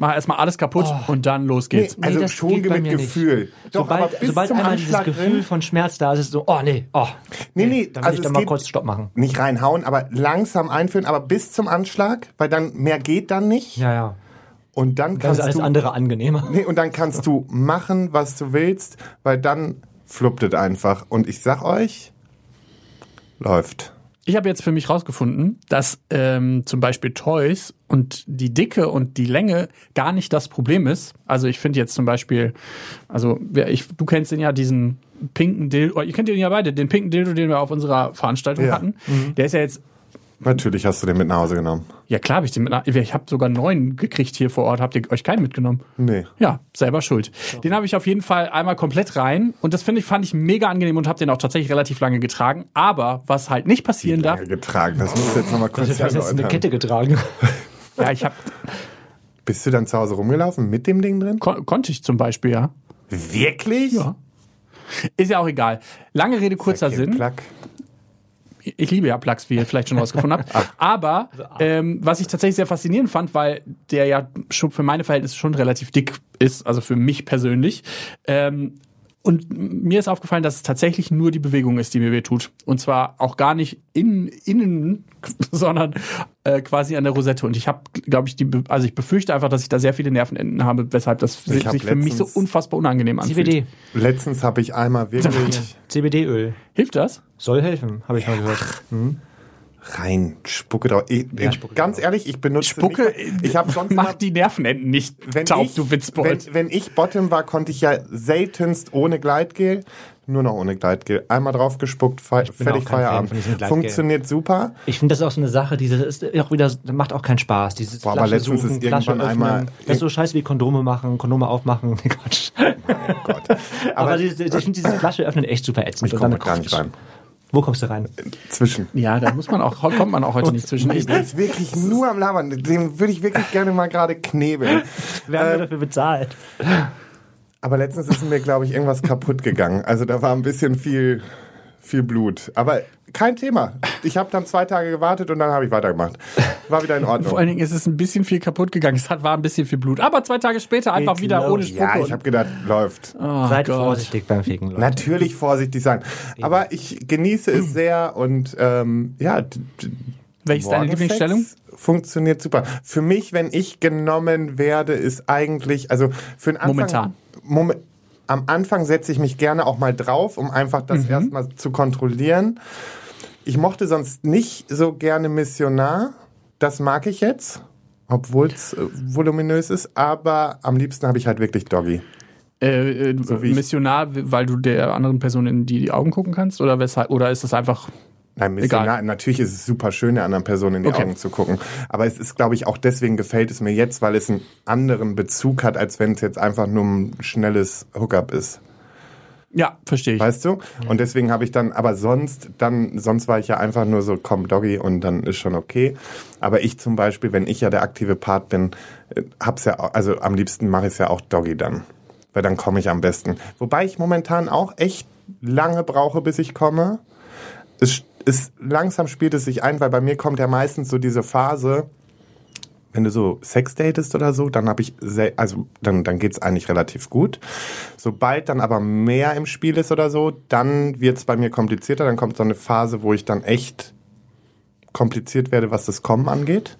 Speaker 3: Mach erstmal alles kaputt und dann los
Speaker 1: Oh. Nee,
Speaker 3: geht's.
Speaker 2: Nee,
Speaker 1: also
Speaker 2: das
Speaker 1: schon
Speaker 2: geht bei
Speaker 1: mit
Speaker 2: mir nicht.
Speaker 1: Gefühl.
Speaker 2: sobald sobald einmal dieses Gefühl
Speaker 1: drin-
Speaker 2: von Schmerz da ist, ist es so, oh nee, oh.
Speaker 1: Nee, nee,
Speaker 2: dann will
Speaker 1: also
Speaker 2: ich
Speaker 1: es
Speaker 2: dann mal
Speaker 1: geht-
Speaker 2: kurz Stopp machen.
Speaker 1: nicht reinhauen, aber langsam einführen, aber bis zum Anschlag, weil dann mehr geht dann nicht.
Speaker 2: Ja, ja.
Speaker 1: Und dann
Speaker 2: Dann ist
Speaker 1: kannst
Speaker 2: alles
Speaker 1: du
Speaker 2: andere angenehmer. Also
Speaker 1: Nee, und dann kannst du machen, was du willst, weil dann fluppt es einfach. Und ich sag euch, läuft.
Speaker 3: Ich habe jetzt für mich rausgefunden, dass ähm, zum Beispiel Toys und die Dicke und die Länge gar nicht das Problem ist. Also ich finde jetzt zum Beispiel, also wer- ich, du kennst den ja diesen oh, pinken Dildo, ihr kennt den ja beide, den pinken Dildo, den wir auf unserer Veranstaltung
Speaker 1: Ja. Mhm.
Speaker 3: hatten. Der ist ja jetzt
Speaker 1: Natürlich hast du den mit nach Hause genommen.
Speaker 3: Ja, klar habe ich den mit. Ich habe sogar neun gekriegt hier vor Ort. Habt ihr euch keinen mitgenommen?
Speaker 1: Nee.
Speaker 3: Ja, selber schuld. Den habe ich auf jeden Fall einmal komplett rein. Und das finde ich, fand ich mega angenehm und habe den auch tatsächlich relativ lange getragen. Aber was halt nicht passieren darf,
Speaker 1: Lange getragen. Das musst du jetzt nochmal kurz
Speaker 2: Ich habe jetzt Also, eine
Speaker 1: erläutern.
Speaker 2: Kette getragen. [laughs]
Speaker 3: ja, ich habe
Speaker 1: Bist du dann zu Hause rumgelaufen mit dem Ding drin?
Speaker 3: kon konnte ich zum Beispiel, ja.
Speaker 1: Wirklich? Ja.
Speaker 3: Ist ja auch egal. Lange Rede, kurzer Sinn.
Speaker 1: Plack.
Speaker 3: ich liebe ja Plugs, wie ihr vielleicht schon
Speaker 1: [laughs]
Speaker 3: rausgefunden habt. Aber
Speaker 1: Also, ah.
Speaker 3: ähm, was ich tatsächlich sehr faszinierend fand, weil der ja schon für meine Verhältnisse schon relativ dick ist, also für mich persönlich. Ähm, und mir ist aufgefallen, dass es tatsächlich nur die Bewegung ist, die mir wehtut. Und zwar auch gar nicht innen, innen [laughs] sondern äh, quasi an der Rosette. Und ich habe, glaube ich, die, be- also ich befürchte einfach, dass ich da sehr viele Nervenenden habe, weshalb das sich
Speaker 1: hab
Speaker 3: für mich so
Speaker 1: letztens-
Speaker 3: unfassbar unangenehm anfühlt.
Speaker 2: CBD.
Speaker 1: Letztens habe ich einmal wirklich
Speaker 2: CBD-Öl.
Speaker 3: Hilft das?
Speaker 2: Soll helfen, habe ich mal gehört.
Speaker 1: rein Spucke drauf. Ich, ich,
Speaker 2: Spucke
Speaker 1: ganz ehrlich, ich benutze
Speaker 3: Spucke,
Speaker 1: Nicht, ich habe sonst immer-
Speaker 3: Mach die Nervenenden nicht
Speaker 1: wenn
Speaker 3: taub,
Speaker 1: ich,
Speaker 3: du Witzbold.
Speaker 1: wenn, wenn ich Bottom war, konnte ich ja seltenst ohne Gleitgel, nur noch ohne Gleitgel, einmal draufgespuckt, fe
Speaker 2: bin auch
Speaker 1: fertig
Speaker 2: kein Fan
Speaker 1: Feierabend.
Speaker 2: von diesem Gleitgel.
Speaker 1: Funktioniert super.
Speaker 2: Ich finde das ist auch so eine Sache, diese ist auch wieder macht auch keinen Spaß. Dieses
Speaker 1: Boah, aber
Speaker 2: Flasche
Speaker 1: letztens
Speaker 2: suchen,
Speaker 1: ist
Speaker 2: Flasche
Speaker 1: irgendwann
Speaker 2: öffnen.
Speaker 1: einmal-
Speaker 2: das ist so scheiße wie Kondome machen, Kondome aufmachen. [laughs] Nee, Quatsch.
Speaker 1: Gott.
Speaker 2: Aber,
Speaker 1: Aber
Speaker 2: die- die- ich finde diese Flasche öffnen echt super ätzend.
Speaker 1: ich
Speaker 2: Und
Speaker 1: komme
Speaker 2: dann-
Speaker 1: gar nicht rein.
Speaker 2: Wo kommst du rein?
Speaker 1: Zwischen.
Speaker 3: Ja, da muss man auch, [laughs] kommt man auch heute nicht zwischen.
Speaker 1: Ich bin wirklich nur am Labern. Den würde ich wirklich gerne mal gerade knebeln.
Speaker 2: Wer
Speaker 1: Äh,
Speaker 2: hat dafür bezahlt?
Speaker 1: Aber letztens ist mir, glaube ich, irgendwas kaputt gegangen. Also da war ein bisschen viel, viel Blut. Aber kein Thema. Ich habe dann zwei Tage gewartet und dann habe ich weitergemacht. War wieder in Ordnung.
Speaker 3: Vor allen Dingen ist es ein bisschen viel kaputt gegangen. Es hat, war ein bisschen viel Blut. Aber zwei Tage später einfach
Speaker 2: Geht
Speaker 3: wieder
Speaker 2: los.
Speaker 3: ohne Spucke.
Speaker 1: genau, ja,
Speaker 3: und-
Speaker 1: ich habe gedacht, läuft.
Speaker 2: Seid
Speaker 3: Gott.
Speaker 2: vorsichtig beim Ficken, Leute.
Speaker 3: [laughs]
Speaker 1: Natürlich vorsichtig sein. Aber ich genieße
Speaker 3: [clears throat]
Speaker 1: es sehr und ähm, ja. d- d-
Speaker 3: Welches ist deine
Speaker 1: Morgensex
Speaker 3: Lieblingsstellung?
Speaker 1: Funktioniert super. Für mich, wenn ich genommen werde, ist eigentlich, also für den Anfang.
Speaker 3: Momentan.
Speaker 1: Momen- am Anfang setze ich mich gerne auch mal drauf, um einfach das
Speaker 3: Mhm.
Speaker 1: erstmal zu kontrollieren. Ich mochte sonst nicht so gerne Missionar. Das mag ich jetzt, obwohl es äh, voluminös ist, aber am liebsten habe ich halt wirklich Doggy.
Speaker 3: Äh, äh,
Speaker 1: wie ich-
Speaker 3: Missionar, weil du der anderen Person in die, die Augen gucken kannst? Oder weshalb? Oder ist das einfach.
Speaker 1: Nein,
Speaker 3: Egal.
Speaker 1: Missionar, natürlich ist es super schön, der anderen Person in die
Speaker 3: Okay.
Speaker 1: Augen zu gucken. Aber es ist, glaube ich, auch deswegen gefällt es mir jetzt, weil es einen anderen Bezug hat, als wenn es jetzt einfach nur ein schnelles Hookup ist.
Speaker 3: Ja, verstehe ich.
Speaker 1: Weißt du? Und deswegen habe ich dann, aber sonst, dann, sonst war ich ja einfach nur so, komm, Doggy, und dann ist schon okay. Aber ich zum Beispiel, wenn ich ja der aktive Part bin, äh, hab's ja, au- also am liebsten mache ich es ja auch Doggy dann. Weil dann komme ich am besten. Wobei ich momentan auch echt lange brauche, bis ich komme. Es ist, langsam spielt es sich ein, weil bei mir kommt ja meistens so diese Phase, wenn du so Sex datest oder so, dann habe ich sel- also dann dann geht's eigentlich relativ gut. Sobald dann aber mehr im Spiel ist oder so, dann wird's bei mir komplizierter, dann kommt so eine Phase, wo ich dann echt kompliziert werde, was das Kommen angeht.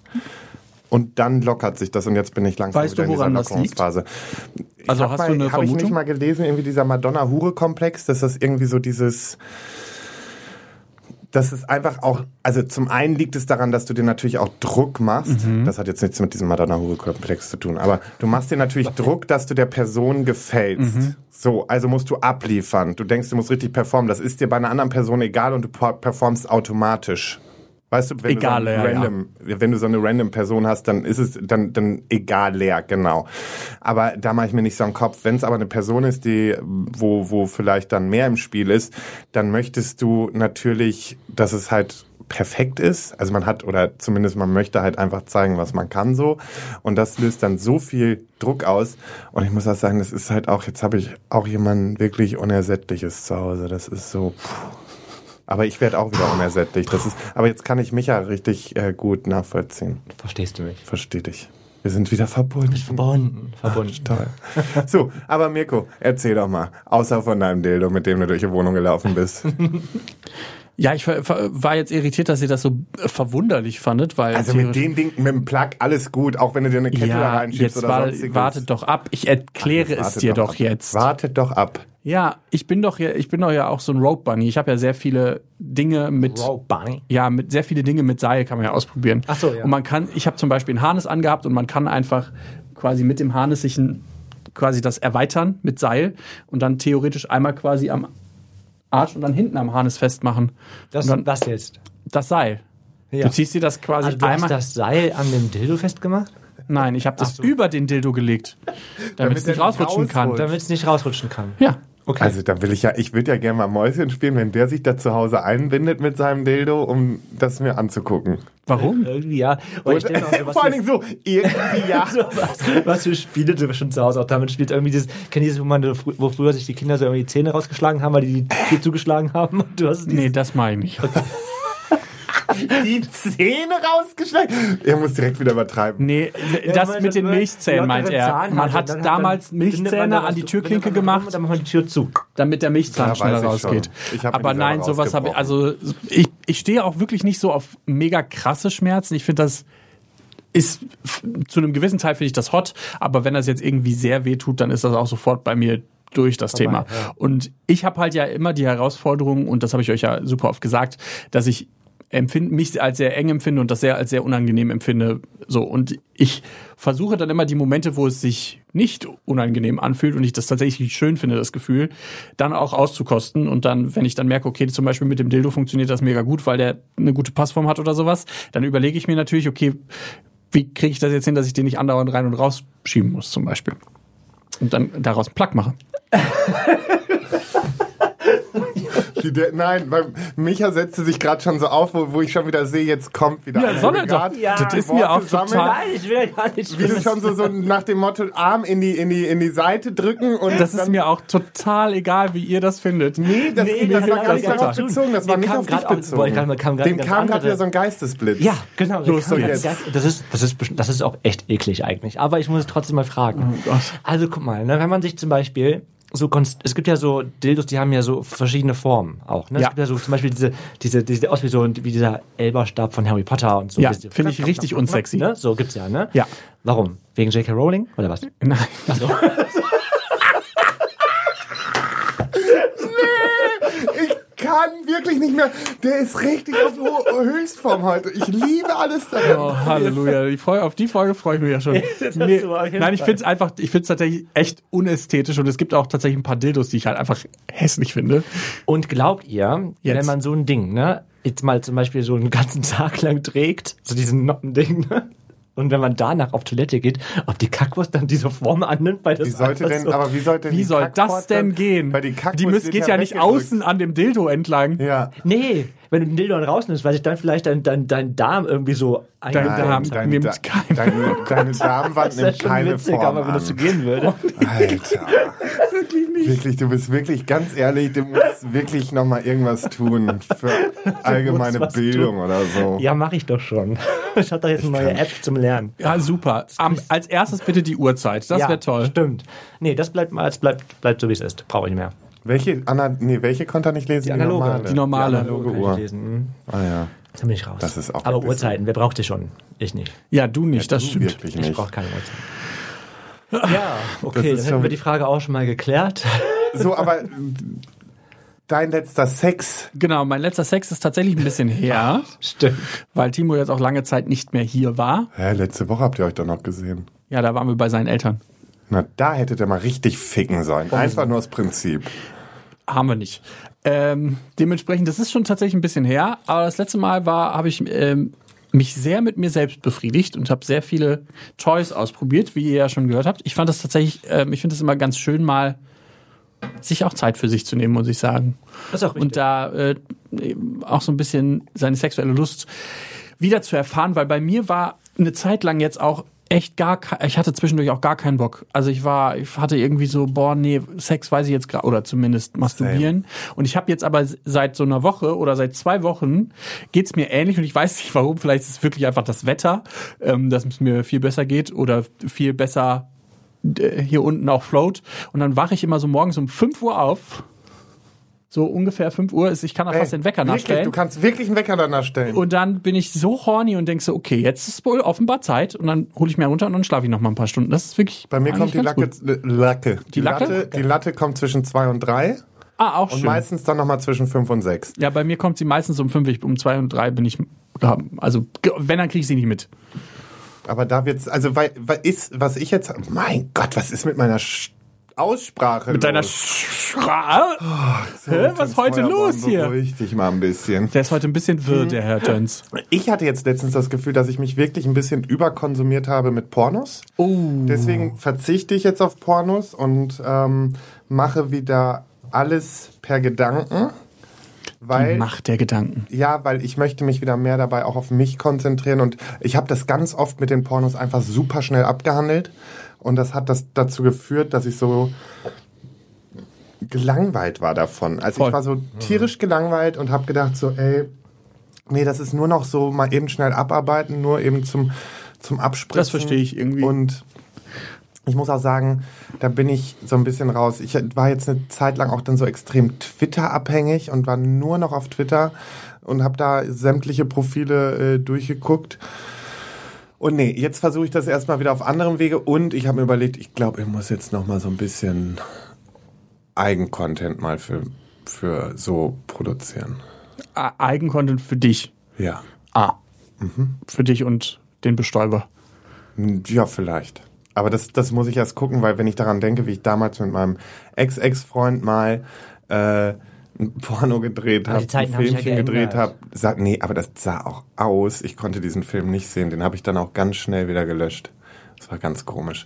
Speaker 1: Und dann lockert sich das und jetzt bin ich langsam
Speaker 3: Weißt
Speaker 1: wieder in
Speaker 3: du,
Speaker 1: dieser
Speaker 3: woran das liegt?
Speaker 1: Lockerungsphase.
Speaker 3: Also
Speaker 1: Hab
Speaker 3: hast
Speaker 1: mal,
Speaker 3: du eine
Speaker 1: Habe ich nicht
Speaker 3: Vermutung?
Speaker 1: mal gelesen, irgendwie dieser Madonna-Hure-Komplex, dass das irgendwie so dieses dass es einfach auch, also zum einen liegt es daran, dass du dir natürlich auch Druck machst. Das hat jetzt nichts mit diesem Madonna-Hure-Komplex zu tun, aber du machst dir natürlich Druck, dass du der Person gefällst. So, also musst du abliefern. Du denkst, du musst richtig performen. Das ist dir bei einer anderen Person egal und du per- performst automatisch. Weißt du, wenn
Speaker 3: Egal,
Speaker 1: du so
Speaker 3: ja,
Speaker 1: eine random, wenn du so eine random Person hast, dann ist es dann dann egal leer, genau. Aber da mache ich mir nicht so einen Kopf. Wenn es aber eine Person ist, die wo wo vielleicht dann mehr im Spiel ist, dann möchtest du natürlich, dass es halt perfekt ist. Also man hat oder zumindest man möchte halt einfach zeigen, was man kann so und das löst dann so viel Druck aus und ich muss auch sagen, das ist halt auch jetzt habe ich auch jemanden wirklich unersättliches zu Hause. Das ist so aber ich werde auch wieder unersättlich. Das ist, aber jetzt kann ich Micha richtig äh, gut nachvollziehen.
Speaker 2: Verstehst du mich?
Speaker 1: Versteh dich. Wir sind wieder verbunden.
Speaker 2: Verbunden. Verbunden.
Speaker 1: Toll.
Speaker 3: [laughs]
Speaker 1: So, aber Mirko, erzähl doch mal. Außer von deinem Dildo, mit dem du durch die Wohnung gelaufen
Speaker 3: [laughs]
Speaker 1: bist.
Speaker 3: Ja, ich ver- ver- war jetzt irritiert, dass ihr das so äh, verwunderlich fandet, weil.
Speaker 1: Also mit
Speaker 3: theoretisch-
Speaker 1: dem Ding, mit dem Plug, alles gut. Auch wenn du dir eine Kette da
Speaker 3: ja,
Speaker 1: reinschiebst
Speaker 3: jetzt
Speaker 1: oder
Speaker 3: war,
Speaker 1: sonstiges.
Speaker 3: wartet doch ab. Ich erkläre es
Speaker 1: Wartet
Speaker 3: dir doch,
Speaker 1: ab.
Speaker 3: jetzt.
Speaker 1: Wartet doch ab.
Speaker 3: Ja, ich bin doch ja, ich bin doch ja auch so ein Rope Bunny. Ich habe ja sehr viele Dinge mit
Speaker 2: Wow, Bunny.
Speaker 3: ja, mit sehr viele Dinge mit Seil kann man ja ausprobieren.
Speaker 2: Ach so, ja.
Speaker 3: Und man kann, ich habe zum Beispiel ein Harness angehabt und man kann einfach quasi mit dem Harness sich ein, quasi das erweitern mit Seil und dann theoretisch einmal quasi am Arsch und dann hinten am Harness festmachen.
Speaker 2: Das,
Speaker 3: und dann
Speaker 2: was jetzt?
Speaker 3: das Seil.
Speaker 2: Ja.
Speaker 3: Du ziehst dir das quasi
Speaker 2: Also du
Speaker 3: einmal.
Speaker 2: hast das Seil an dem Dildo festgemacht,
Speaker 3: Nein, ich habe das über den Dildo gelegt, damit es
Speaker 5: der
Speaker 3: nicht rausrutschen
Speaker 5: nicht
Speaker 3: kann.
Speaker 5: rausrutscht.
Speaker 2: damit es nicht rausrutschen kann.
Speaker 3: Ja.
Speaker 2: Okay.
Speaker 5: Also da will ich ja, ich würde ja gerne mal Mäuschen spielen, wenn der sich da zu Hause einbindet mit seinem Dildo, um das mir anzugucken.
Speaker 3: Warum?
Speaker 2: irgendwie ja. Und ich denke auch so, was für-
Speaker 5: Vor allen Dingen so, irgendwie [laughs] ja.
Speaker 2: So was, [laughs] was für Spiele du schon zu Hause auch damit spielst. Irgendwie dieses, kennt ihr das, wo, man, wo früher sich die Kinder so irgendwie die Zähne rausgeschlagen haben, weil die die Tür zugeschlagen haben? Und Du hast die,
Speaker 3: Nee, das mache ich nicht.
Speaker 5: Die Zähne rausgeschlagen. Er muss direkt wieder übertreiben.
Speaker 3: Nee,
Speaker 2: Ja,
Speaker 3: das
Speaker 2: man-
Speaker 3: mit den
Speaker 2: man-
Speaker 3: Milchzähnen
Speaker 2: lockere
Speaker 3: meint er.
Speaker 2: Zahnhaare.
Speaker 3: Man hat
Speaker 2: Dann- dann-
Speaker 3: damals
Speaker 2: dann bindet man da
Speaker 3: Milchzähne
Speaker 2: was
Speaker 3: an die
Speaker 2: zu-
Speaker 3: Türklinke
Speaker 2: bindet man da was rum
Speaker 3: gemacht.
Speaker 2: und Dann macht man die Tür zu.
Speaker 3: damit der Milchzahn
Speaker 5: Ja, weiß
Speaker 3: schneller
Speaker 5: ich
Speaker 3: rausgeht.
Speaker 5: schon. Ich hab
Speaker 3: Aber
Speaker 5: ihn
Speaker 3: nein,
Speaker 5: selber
Speaker 3: sowas habe ich. Also ich, ich stehe auch wirklich nicht so auf mega krasse Schmerzen. Ich finde das ist zu einem gewissen Teil finde ich das hot, aber wenn das jetzt irgendwie sehr weh tut, dann ist das auch sofort bei mir durch das Thema. Und ich habe halt ja immer die Herausforderung und das habe ich euch ja super oft gesagt, dass ich empfinde mich als sehr eng empfinde und das sehr als sehr unangenehm empfinde so und ich versuche dann immer die Momente, wo es sich nicht unangenehm anfühlt und ich das tatsächlich schön finde, das Gefühl, dann auch auszukosten. Und dann, wenn ich dann merke, okay, zum Beispiel mit dem Dildo funktioniert das mega gut, weil der eine gute Passform hat oder sowas, dann überlege ich mir natürlich, okay, wie kriege ich das jetzt hin, dass ich den nicht andauernd rein und rausschieben muss, zum Beispiel. Und dann daraus einen Plug mache.
Speaker 5: Die, der, nein, weil Micha setzte sich gerade schon so auf, wo, wo ich schon wieder sehe, jetzt kommt wieder.
Speaker 3: Ja,
Speaker 5: einer,
Speaker 3: soll
Speaker 5: der
Speaker 3: er doch.
Speaker 5: grad
Speaker 3: Ja.
Speaker 5: die
Speaker 3: Das ist
Speaker 5: Worte
Speaker 3: mir auch total-
Speaker 2: Nein, ich will ja gar nicht.
Speaker 5: Wie du schon so, so nach dem Motto Arm in die, in die, in die Seite drücken und
Speaker 3: Das
Speaker 5: dann,
Speaker 3: ist mir auch total egal, wie ihr das findet.
Speaker 5: Nee, das,
Speaker 2: Nee,
Speaker 5: das
Speaker 2: das
Speaker 5: war
Speaker 2: hat
Speaker 5: gar nicht
Speaker 2: gar
Speaker 5: darauf
Speaker 2: nichts
Speaker 5: bezogen, das
Speaker 2: zu tun.
Speaker 5: war
Speaker 2: Mir
Speaker 5: nicht
Speaker 2: kam
Speaker 5: auf dich
Speaker 2: grad auch-
Speaker 5: bezogen.
Speaker 2: wollte gerade- mir kam gerade
Speaker 5: Dem
Speaker 2: ganz
Speaker 5: kam gerade
Speaker 2: andere-
Speaker 5: wieder so ein Geistesblitz.
Speaker 2: Ja, genau.
Speaker 5: Los,
Speaker 2: der
Speaker 5: so
Speaker 2: kann
Speaker 5: jetzt.
Speaker 2: ganz- Das ist, das, ist, bestimmt- das ist auch echt eklig eigentlich. Aber ich muss es trotzdem mal fragen.
Speaker 3: Oh
Speaker 2: Also guck mal, ne, wenn man sich zum Beispiel so konst es gibt ja so Dildos, die haben ja so verschiedene Formen auch. Ne?
Speaker 3: Ja.
Speaker 2: Es gibt ja so zum Beispiel diese, diese, diese aus wie so ein- wie dieser Elberstab von Harry Potter und so.
Speaker 3: Ja,
Speaker 2: Diese-
Speaker 3: finde ich richtig unsexy.
Speaker 2: Ne? So gibt's ja, ne?
Speaker 3: Ja.
Speaker 2: Warum? Wegen J.K. Rowling oder was?
Speaker 3: Nein.
Speaker 5: Ich kann wirklich nicht mehr. Der ist richtig auf
Speaker 1: äh,
Speaker 5: Ho- Höchstform heute. Ich liebe alles daran.
Speaker 3: Oh, Halleluja. Die Folge, auf die Folge freue ich mich ja schon.
Speaker 2: [laughs]
Speaker 3: Nee,
Speaker 2: du auf jeden
Speaker 3: nein, ich finde es einfach, ich finde es tatsächlich echt unästhetisch und es gibt auch tatsächlich ein paar Dildos, die ich halt einfach hässlich finde.
Speaker 2: Und glaubt ihr,
Speaker 3: Jetzt.
Speaker 2: wenn man so ein Ding, ne, jetzt mal zum Beispiel so einen ganzen [laughs] Tag lang trägt, so diesen Noppending, ne? Und wenn man danach auf Toilette geht, ob die Kackwurst dann diese Form annimmt, weil das
Speaker 5: Wie sollte
Speaker 2: einfach
Speaker 5: denn,
Speaker 2: so,
Speaker 5: aber wie sollte denn
Speaker 3: Also, Wie
Speaker 5: die
Speaker 3: soll das
Speaker 5: Kackwurst
Speaker 3: denn
Speaker 5: dann-
Speaker 3: gehen?
Speaker 5: Weil die Kackwurst
Speaker 3: die müssen,
Speaker 5: wird
Speaker 3: geht ja nicht
Speaker 5: weggedrückt.
Speaker 3: außen an dem Dildo entlang.
Speaker 5: Ja.
Speaker 2: Nee, wenn du den Dildo dann rausnimmst, weil sich dann vielleicht dein, dein, dein Darm irgendwie so
Speaker 3: Dein Darm
Speaker 2: eingedämmt hat.
Speaker 3: nimmt keine.
Speaker 5: deine, deine Darmwand
Speaker 2: Das
Speaker 5: nimmt
Speaker 2: ist ja schon
Speaker 5: keine
Speaker 2: witzig,
Speaker 5: Form
Speaker 2: aber wenn
Speaker 5: an.
Speaker 2: das so gehen
Speaker 5: [laughs]
Speaker 2: würde.
Speaker 5: Alter. wirklich nicht. Wirklich, du bist wirklich, ganz ehrlich, du musst wirklich nochmal irgendwas tun
Speaker 2: [laughs]
Speaker 5: für allgemeine
Speaker 2: was
Speaker 5: Bildung
Speaker 2: tun.
Speaker 5: oder so.
Speaker 2: Ja, mache ich doch schon. [laughs] Ich habe doch jetzt eine neue App zum Lernen.
Speaker 3: Ja, super. Am, als erstes bitte die Uhrzeit. Das
Speaker 2: ja,
Speaker 3: wäre toll.
Speaker 2: Stimmt. Nee, das bleibt mal, es bleibt, bleibt so wie es ist. Brauche ich nicht mehr.
Speaker 5: Welche, Anna, nee, welche konnte er nicht lesen? Die,
Speaker 2: analoge.
Speaker 5: normale.
Speaker 3: Die normale.
Speaker 5: analoge
Speaker 2: Kann ich
Speaker 5: Uhr.
Speaker 2: lesen. Mhm.
Speaker 5: Ah ja.
Speaker 2: Da bin ich raus.
Speaker 5: Das ist auch
Speaker 2: aber
Speaker 5: ein bisschen-
Speaker 2: Uhrzeiten, wer braucht die schon? Ich nicht.
Speaker 3: Ja, du nicht, das stimmt.
Speaker 5: Wirklich
Speaker 2: Ich
Speaker 5: nicht. Ah,
Speaker 2: brauche keine Uhrzeiten. Ja, okay,
Speaker 5: ist
Speaker 2: dann
Speaker 5: schon-
Speaker 2: hätten wir die Frage auch schon mal geklärt. [laughs]
Speaker 5: So, aber dein letzter Sex.
Speaker 3: Genau, mein letzter Sex ist tatsächlich ein bisschen her,
Speaker 2: Stimmt.
Speaker 3: weil Timo jetzt auch lange Zeit nicht mehr hier war.
Speaker 5: Hä, letzte Woche habt ihr euch doch noch gesehen.
Speaker 3: Ja, da waren wir bei seinen Eltern.
Speaker 5: Na, da hättet ihr mal richtig ficken sollen. Einfach nur aus Prinzip.
Speaker 3: Haben wir nicht. Ähm, dementsprechend, das ist schon tatsächlich ein bisschen her, aber das letzte Mal war, habe ich ähm, mich sehr mit mir selbst befriedigt und habe sehr viele Toys ausprobiert, wie ihr ja schon gehört habt. Ich fand das tatsächlich, ähm, ich finde es immer ganz schön, mal sich auch Zeit für sich zu nehmen, muss ich sagen.
Speaker 2: Das ist auch
Speaker 3: und da äh, eben auch so ein bisschen seine sexuelle Lust wieder zu erfahren, weil bei mir war eine Zeit lang jetzt auch echt gar ke- ich hatte zwischendurch auch gar keinen Bock. Also ich war ich hatte irgendwie so boah nee, Sex weiß ich jetzt gerade oder zumindest masturbieren und ich habe jetzt aber s- seit so einer Woche oder seit zwei Wochen geht's mir ähnlich und ich weiß nicht warum, vielleicht ist es wirklich einfach das Wetter, ähm, dass es mir viel besser geht oder viel besser äh, hier unten auch float und dann wache ich immer so morgens um 5 Uhr auf. So ungefähr 5 Uhr ist, ich kann da fast
Speaker 5: Ey,
Speaker 3: den Wecker
Speaker 5: wirklich,
Speaker 3: nachstellen.
Speaker 5: du kannst wirklich einen Wecker danach stellen.
Speaker 3: Und dann bin ich so horny und denke so, okay, jetzt ist wohl offenbar Zeit und dann hole ich mir runter und dann schlafe ich noch mal ein paar Stunden. Das ist wirklich
Speaker 5: Bei mir
Speaker 3: eigentlich
Speaker 5: kommt die
Speaker 3: ganz
Speaker 5: Lacke, äh,
Speaker 3: gut.
Speaker 5: Lacke. Die,
Speaker 3: Lacke?
Speaker 5: Latte, die Latte kommt zwischen 2 und 3
Speaker 3: Ah, auch
Speaker 5: und
Speaker 3: schön.
Speaker 5: meistens dann nochmal zwischen 5 und 6.
Speaker 3: ja, bei mir kommt sie meistens um 5, um 2 und 3 bin ich ja, also ge- wenn dann kriege ich sie nicht mit.
Speaker 5: Aber da wird's, also weil, weil ist, was ich jetzt, mein Gott, was ist mit meiner Sch Aussprache
Speaker 3: Mit deiner
Speaker 5: los? Oh,
Speaker 3: Schra ah! Hä, was ist heute
Speaker 5: Feuerborn,
Speaker 3: los hier?
Speaker 5: Beruhig dich mal ein bisschen.
Speaker 3: Der ist heute ein bisschen wirr, der
Speaker 5: Hm.
Speaker 3: Herr Töns.
Speaker 5: Ich hatte jetzt letztens das Gefühl, dass ich mich wirklich ein bisschen überkonsumiert habe mit Pornos.
Speaker 3: Oh.
Speaker 5: Deswegen verzichte ich jetzt auf Pornos und ähm, mache wieder alles per Gedanken. Weil
Speaker 3: Macht der Gedanken.
Speaker 5: Ja, weil ich möchte mich wieder mehr dabei auch auf mich konzentrieren und ich habe das ganz oft mit den Pornos einfach super schnell abgehandelt und das hat das dazu geführt, dass ich so gelangweilt war davon. Also
Speaker 3: Voll. Mhm.
Speaker 5: ich war so tierisch gelangweilt und habe gedacht so, ey, nee, das ist nur noch so mal eben schnell abarbeiten, nur eben zum zum Abspritzen.
Speaker 3: Das verstehe ich irgendwie.
Speaker 5: Und ich muss auch sagen, da bin ich so ein bisschen raus. Ich war jetzt eine Zeit lang auch dann so extrem Twitter-abhängig und war nur noch auf Twitter und habe da sämtliche Profile äh, durchgeguckt. Und nee, jetzt versuche ich das erstmal wieder auf anderem Wege und ich habe mir überlegt, ich glaube, ich muss jetzt noch mal so ein bisschen Eigencontent mal für, für so produzieren.
Speaker 3: A- Eigencontent für dich.
Speaker 5: Ja.
Speaker 3: Ah. Für dich und den Bestäuber.
Speaker 5: Ja, vielleicht. Aber das, das muss ich erst gucken, weil wenn ich daran denke, wie ich damals mit meinem Ex-Ex-Freund mal äh, ein Porno gedreht habe,
Speaker 2: die Zeiten
Speaker 5: ein
Speaker 2: haben sich ja
Speaker 5: Filmchen gedreht habe,
Speaker 2: geändert.
Speaker 5: sagt, nee, aber das sah auch aus. Ich konnte diesen Film nicht sehen. Den habe ich dann auch ganz schnell wieder gelöscht. Das war ganz komisch.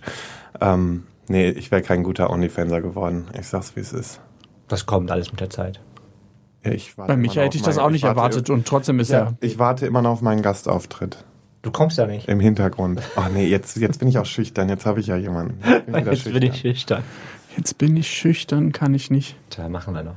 Speaker 5: Ähm, nee, ich wäre kein guter Onlyfanser geworden. Ich sag's, wie es ist.
Speaker 2: Das kommt alles mit der Zeit.
Speaker 5: Ja, ich warte
Speaker 3: Bei
Speaker 5: immer
Speaker 3: Micha
Speaker 5: noch
Speaker 3: hätte ich
Speaker 5: auf
Speaker 3: das
Speaker 5: meinen-
Speaker 3: auch nicht
Speaker 5: warte-
Speaker 3: erwartet und trotzdem ist
Speaker 5: Ja,
Speaker 3: er.
Speaker 5: ich warte immer noch auf meinen Gastauftritt.
Speaker 2: Du kommst ja [laughs] nicht.
Speaker 5: Im Hintergrund. Ach nee, jetzt, jetzt bin ich auch schüchtern. Jetzt habe ich ja jemanden. Jetzt bin ich
Speaker 2: Jetzt
Speaker 5: wieder
Speaker 2: bin ich schüchtern.
Speaker 3: Jetzt bin ich schüchtern, kann ich nicht.
Speaker 2: Da machen wir noch.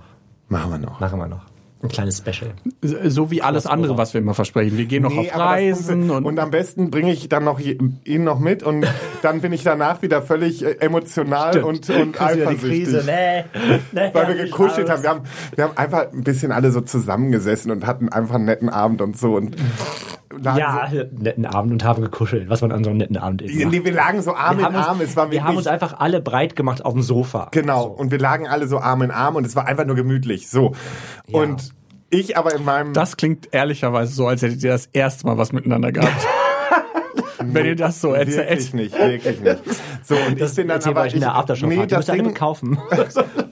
Speaker 5: Machen wir noch.
Speaker 2: Machen wir noch. Ein kleines Special.
Speaker 3: So wie alles andere, was wir immer versprechen. Wir gehen noch
Speaker 5: Nee,
Speaker 3: auf
Speaker 5: aber das
Speaker 3: Reisen
Speaker 5: funktioniert.
Speaker 3: und,
Speaker 5: und am besten bringe ich dann noch je- ihn noch
Speaker 3: [laughs]
Speaker 5: mit und dann bin ich danach wieder völlig äh, emotional
Speaker 3: Stimmt.
Speaker 5: und, und eifersüchtig.
Speaker 2: nee. nee
Speaker 5: Weil wir gekuschelt haben. Wir, haben. wir haben einfach ein bisschen alle so zusammengesessen und hatten einfach einen netten Abend und so. Und lagen
Speaker 2: Ja, netten Abend und haben gekuschelt, was man an so einem netten Abend
Speaker 5: so,
Speaker 2: eben macht.
Speaker 5: nee, wir lagen so Arm
Speaker 2: Wir
Speaker 5: in
Speaker 2: haben,
Speaker 5: Arm.
Speaker 2: uns,
Speaker 5: es war
Speaker 2: wir haben uns
Speaker 5: wirklich-
Speaker 2: einfach alle breit gemacht auf dem Sofa.
Speaker 5: Genau, und wir lagen alle so Arm in Arm und es war einfach nur gemütlich. So. Und ich aber in meinem.
Speaker 3: das klingt ehrlicherweise so, als hättet ihr das erste Mal was miteinander [laughs] gehabt. Wenn ihr das so
Speaker 5: Wirklich
Speaker 3: erzählt.
Speaker 5: nicht, wirklich nicht. So,
Speaker 2: [laughs]
Speaker 5: und
Speaker 2: Das
Speaker 5: ich bin dann
Speaker 2: Thema
Speaker 5: aber.
Speaker 2: ist in der Aftershow. Nee, das Ding, alle kaufen.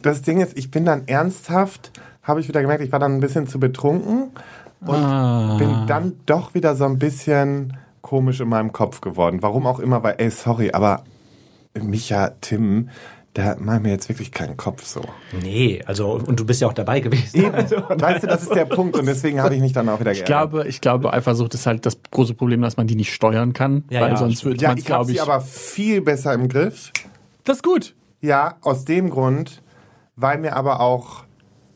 Speaker 5: Das Ding ist, ich bin dann ernsthaft, habe ich wieder gemerkt, ich war dann ein bisschen zu betrunken und bin dann doch wieder so ein bisschen komisch in meinem Kopf geworden. Warum auch immer, weil, ey, sorry, aber Micha, Tim, da mach mir jetzt wirklich keinen Kopf so.
Speaker 2: nee, also, und du bist ja auch dabei gewesen.
Speaker 5: Weißt du, das ist der Punkt und deswegen habe ich mich dann auch wieder
Speaker 3: Ich glaube, ich glaube, Eifersucht ist halt das große Problem, dass man die nicht steuern kann,
Speaker 2: Ja,
Speaker 3: weil
Speaker 2: ja,
Speaker 3: sonst
Speaker 2: stimmt.
Speaker 3: würde
Speaker 5: ja,
Speaker 3: man es,
Speaker 5: ich habe
Speaker 3: glaube
Speaker 5: sie
Speaker 3: ich.
Speaker 5: aber viel besser im Griff.
Speaker 3: das ist gut.
Speaker 5: Ja, aus dem Grund, weil mir aber auch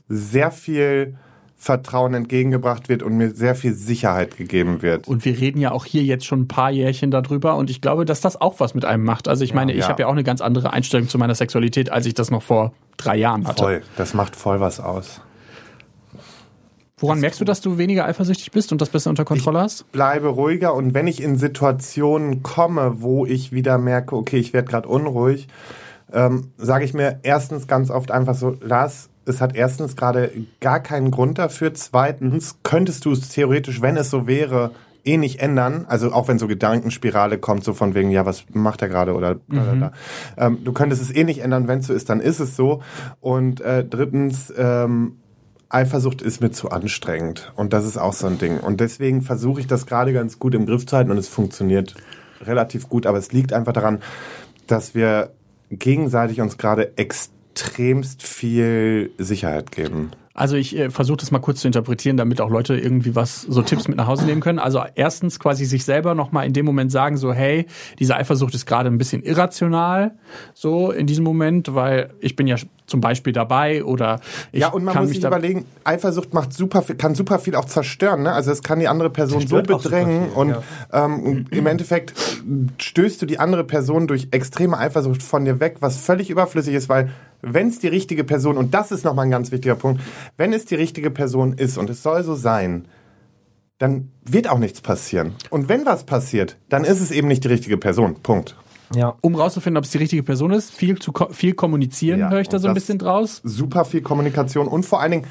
Speaker 5: sehr viel Vertrauen entgegengebracht wird und mir sehr viel Sicherheit gegeben wird.
Speaker 3: Und wir reden ja auch hier jetzt schon ein paar Jährchen darüber und ich glaube, dass das auch was mit einem macht. Also ich meine, ich
Speaker 5: ja.
Speaker 3: habe ja auch eine ganz andere Einstellung zu meiner Sexualität, als ich das noch vor drei Jahren hatte.
Speaker 5: Voll, das macht voll was aus.
Speaker 3: Woran merkst du, dass du weniger eifersüchtig bist und das besser unter Kontrolle hast?
Speaker 5: Bleibe ruhiger und wenn ich in Situationen komme, wo ich wieder merke, okay, ich werde gerade unruhig, ähm, sage ich mir erstens ganz oft einfach so, Lars, es hat erstens gerade gar keinen Grund dafür. Zweitens könntest du es theoretisch, wenn es so wäre, eh nicht ändern. Also auch wenn so Gedankenspirale kommt, so von wegen, ja, was macht er gerade oder da, da, da. Ähm, du könntest es eh nicht ändern, wenn es so ist, dann ist es so. Und äh, drittens, ähm, Eifersucht ist mir zu anstrengend. Und das ist auch so ein Ding. Und deswegen versuche ich das gerade ganz gut im Griff zu halten und es funktioniert relativ gut. Aber es liegt einfach daran, dass wir gegenseitig uns gerade extremst viel Sicherheit geben.
Speaker 3: Also ich äh, versuche das mal kurz zu interpretieren, damit auch Leute irgendwie was, so Tipps mit nach Hause nehmen können. Also erstens quasi sich selber nochmal in dem Moment sagen, so hey, diese Eifersucht ist gerade ein bisschen irrational, so in diesem Moment, weil ich bin ja zum Beispiel dabei oder ich
Speaker 5: ja, und man
Speaker 3: kann
Speaker 5: muss
Speaker 3: mich
Speaker 5: sich
Speaker 3: da-
Speaker 5: überlegen, Eifersucht macht super viel, kann super viel auch zerstören. Ne? Also es kann die andere Person so
Speaker 2: Zerstört auch super
Speaker 5: bedrängen
Speaker 2: viel,
Speaker 5: und
Speaker 2: ja.
Speaker 5: ähm, im Endeffekt stößt du die andere Person durch extreme Eifersucht von dir weg, was völlig überflüssig ist, weil wenn es die richtige Person, und das ist nochmal ein ganz wichtiger Punkt, wenn es die richtige Person ist und es soll so sein, dann wird auch nichts passieren. Und wenn was passiert, dann ist es eben nicht die richtige Person. Punkt.
Speaker 2: ja.
Speaker 3: um rauszufinden, ob es die richtige Person ist, viel zu ko viel kommunizieren
Speaker 5: Ja,
Speaker 3: höre ich da
Speaker 5: und
Speaker 3: so ein
Speaker 5: das-
Speaker 3: bisschen draus.
Speaker 5: super viel Kommunikation und vor allen Dingen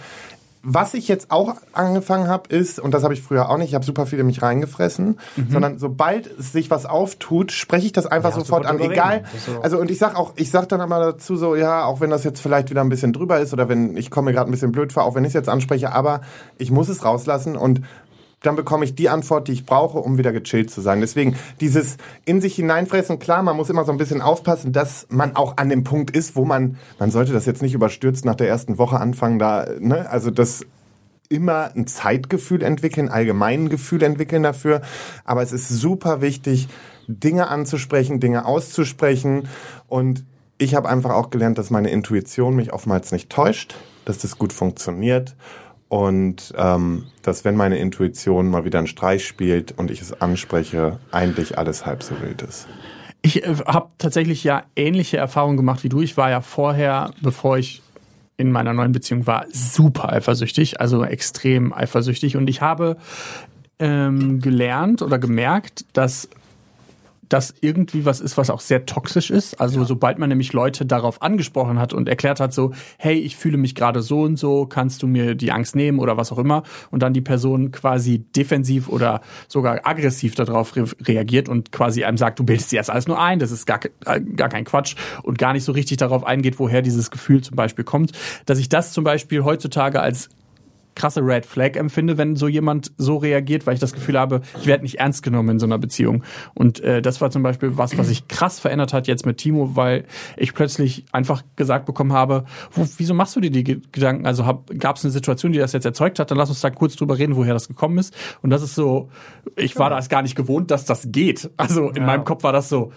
Speaker 5: was ich jetzt auch angefangen habe, ist, und das habe ich früher auch nicht, ich habe super viel in mich reingefressen, sondern sobald sich was auftut, spreche ich das einfach
Speaker 2: Mhm. Ja,
Speaker 5: sofort an.
Speaker 2: sofort drüber
Speaker 5: Egal.
Speaker 2: reden. Das ist so.
Speaker 5: Also und ich sag auch, ich sag dann immer dazu so, ja, auch wenn das jetzt vielleicht wieder ein bisschen drüber ist oder wenn ich komme mir gerade ein bisschen blöd vor, auch wenn ich es jetzt anspreche, aber ich muss es rauslassen und dann bekomme ich die Antwort, die ich brauche, um wieder gechillt zu sein. Deswegen dieses in sich hineinfressen, klar, man muss immer so ein bisschen aufpassen, dass man auch an dem Punkt ist, wo man, man sollte das jetzt nicht überstürzt nach der ersten Woche anfangen, da, ne, also das immer ein Zeitgefühl entwickeln, allgemein Gefühl entwickeln dafür. Aber es ist super wichtig, Dinge anzusprechen, Dinge auszusprechen. Und ich habe einfach auch gelernt, dass meine Intuition mich oftmals nicht täuscht, dass das gut funktioniert. Und ähm, dass wenn meine Intuition mal wieder einen Streich spielt und ich es anspreche, eigentlich alles halb so wild ist.
Speaker 3: Ich äh, habe tatsächlich ja ähnliche Erfahrungen gemacht wie du. Ich war ja vorher, bevor ich in meiner neuen Beziehung war, super eifersüchtig, also extrem eifersüchtig. Und ich habe ähm, gelernt oder gemerkt, dass das irgendwie was ist, was auch sehr toxisch ist. Also sobald man nämlich Leute darauf angesprochen hat und erklärt hat, so, hey, ich fühle mich gerade so und so, kannst du mir die Angst nehmen oder was auch immer, und dann die Person quasi defensiv oder sogar aggressiv darauf re reagiert und quasi einem sagt, du bildest dir das alles nur ein, das ist gar, ke- äh, gar kein Quatsch und gar nicht so richtig darauf eingeht, woher dieses Gefühl zum Beispiel kommt, dass ich das zum Beispiel heutzutage als krasse Red Flag empfinde, wenn so jemand so reagiert, weil ich das Gefühl habe, ich werde nicht ernst genommen in so einer Beziehung. Und äh, das war zum Beispiel was, was sich krass verändert hat jetzt mit Timo, weil ich plötzlich einfach gesagt bekommen habe, wo, wieso machst du dir die Ge- Gedanken? Also gab es eine Situation, die das jetzt erzeugt hat, dann lass uns da kurz drüber reden, woher das gekommen ist. Und das ist so, ich war das gar nicht gewohnt, dass das geht. Also in meinem Kopf war das so,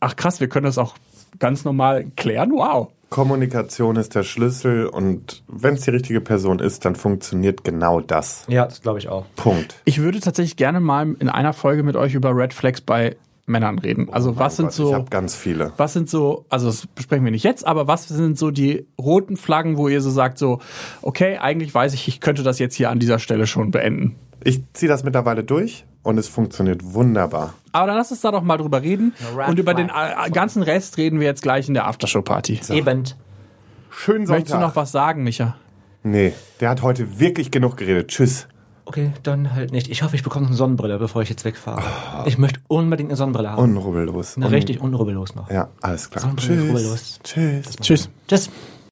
Speaker 3: ach krass, wir können das auch ganz normal klären, wow.
Speaker 5: Kommunikation ist der Schlüssel und wenn es die richtige Person ist, dann funktioniert genau das.
Speaker 2: Ja, das glaube ich auch.
Speaker 5: Punkt.
Speaker 3: Ich würde tatsächlich gerne mal in einer Folge mit euch über Red Flags bei Männern reden. Also was sind
Speaker 5: Oh Gott, Ich
Speaker 3: so,
Speaker 5: habe ganz viele.
Speaker 3: was sind so, also das besprechen wir nicht jetzt, aber was sind so die roten Flaggen, wo ihr so sagt, so, okay, eigentlich weiß ich, ich könnte das jetzt hier an dieser Stelle schon beenden.
Speaker 5: Ich ziehe das mittlerweile durch und es funktioniert wunderbar.
Speaker 3: Aber dann lass uns da doch mal drüber reden.
Speaker 2: Red
Speaker 3: Und über den
Speaker 2: Flag.
Speaker 3: äh, ganzen Rest reden wir jetzt gleich in der Aftershow-Party.
Speaker 2: Eben.
Speaker 5: Schönen Sonntag.
Speaker 3: Möchtest du noch was sagen, Micha?
Speaker 5: Nee, der hat heute wirklich genug geredet. Tschüss.
Speaker 2: Okay, dann halt nicht. Ich hoffe, ich bekomme eine Sonnenbrille, bevor ich jetzt wegfahre. Ich möchte unbedingt eine Sonnenbrille haben.
Speaker 5: Unrubbellos.
Speaker 2: Eine richtig unrubbellos noch.
Speaker 5: Ja, alles klar.
Speaker 2: Sonnenbrille,
Speaker 5: Tschüss.
Speaker 2: rubbellos.
Speaker 5: Tschüss.
Speaker 3: Tschüss.
Speaker 2: Tschüss.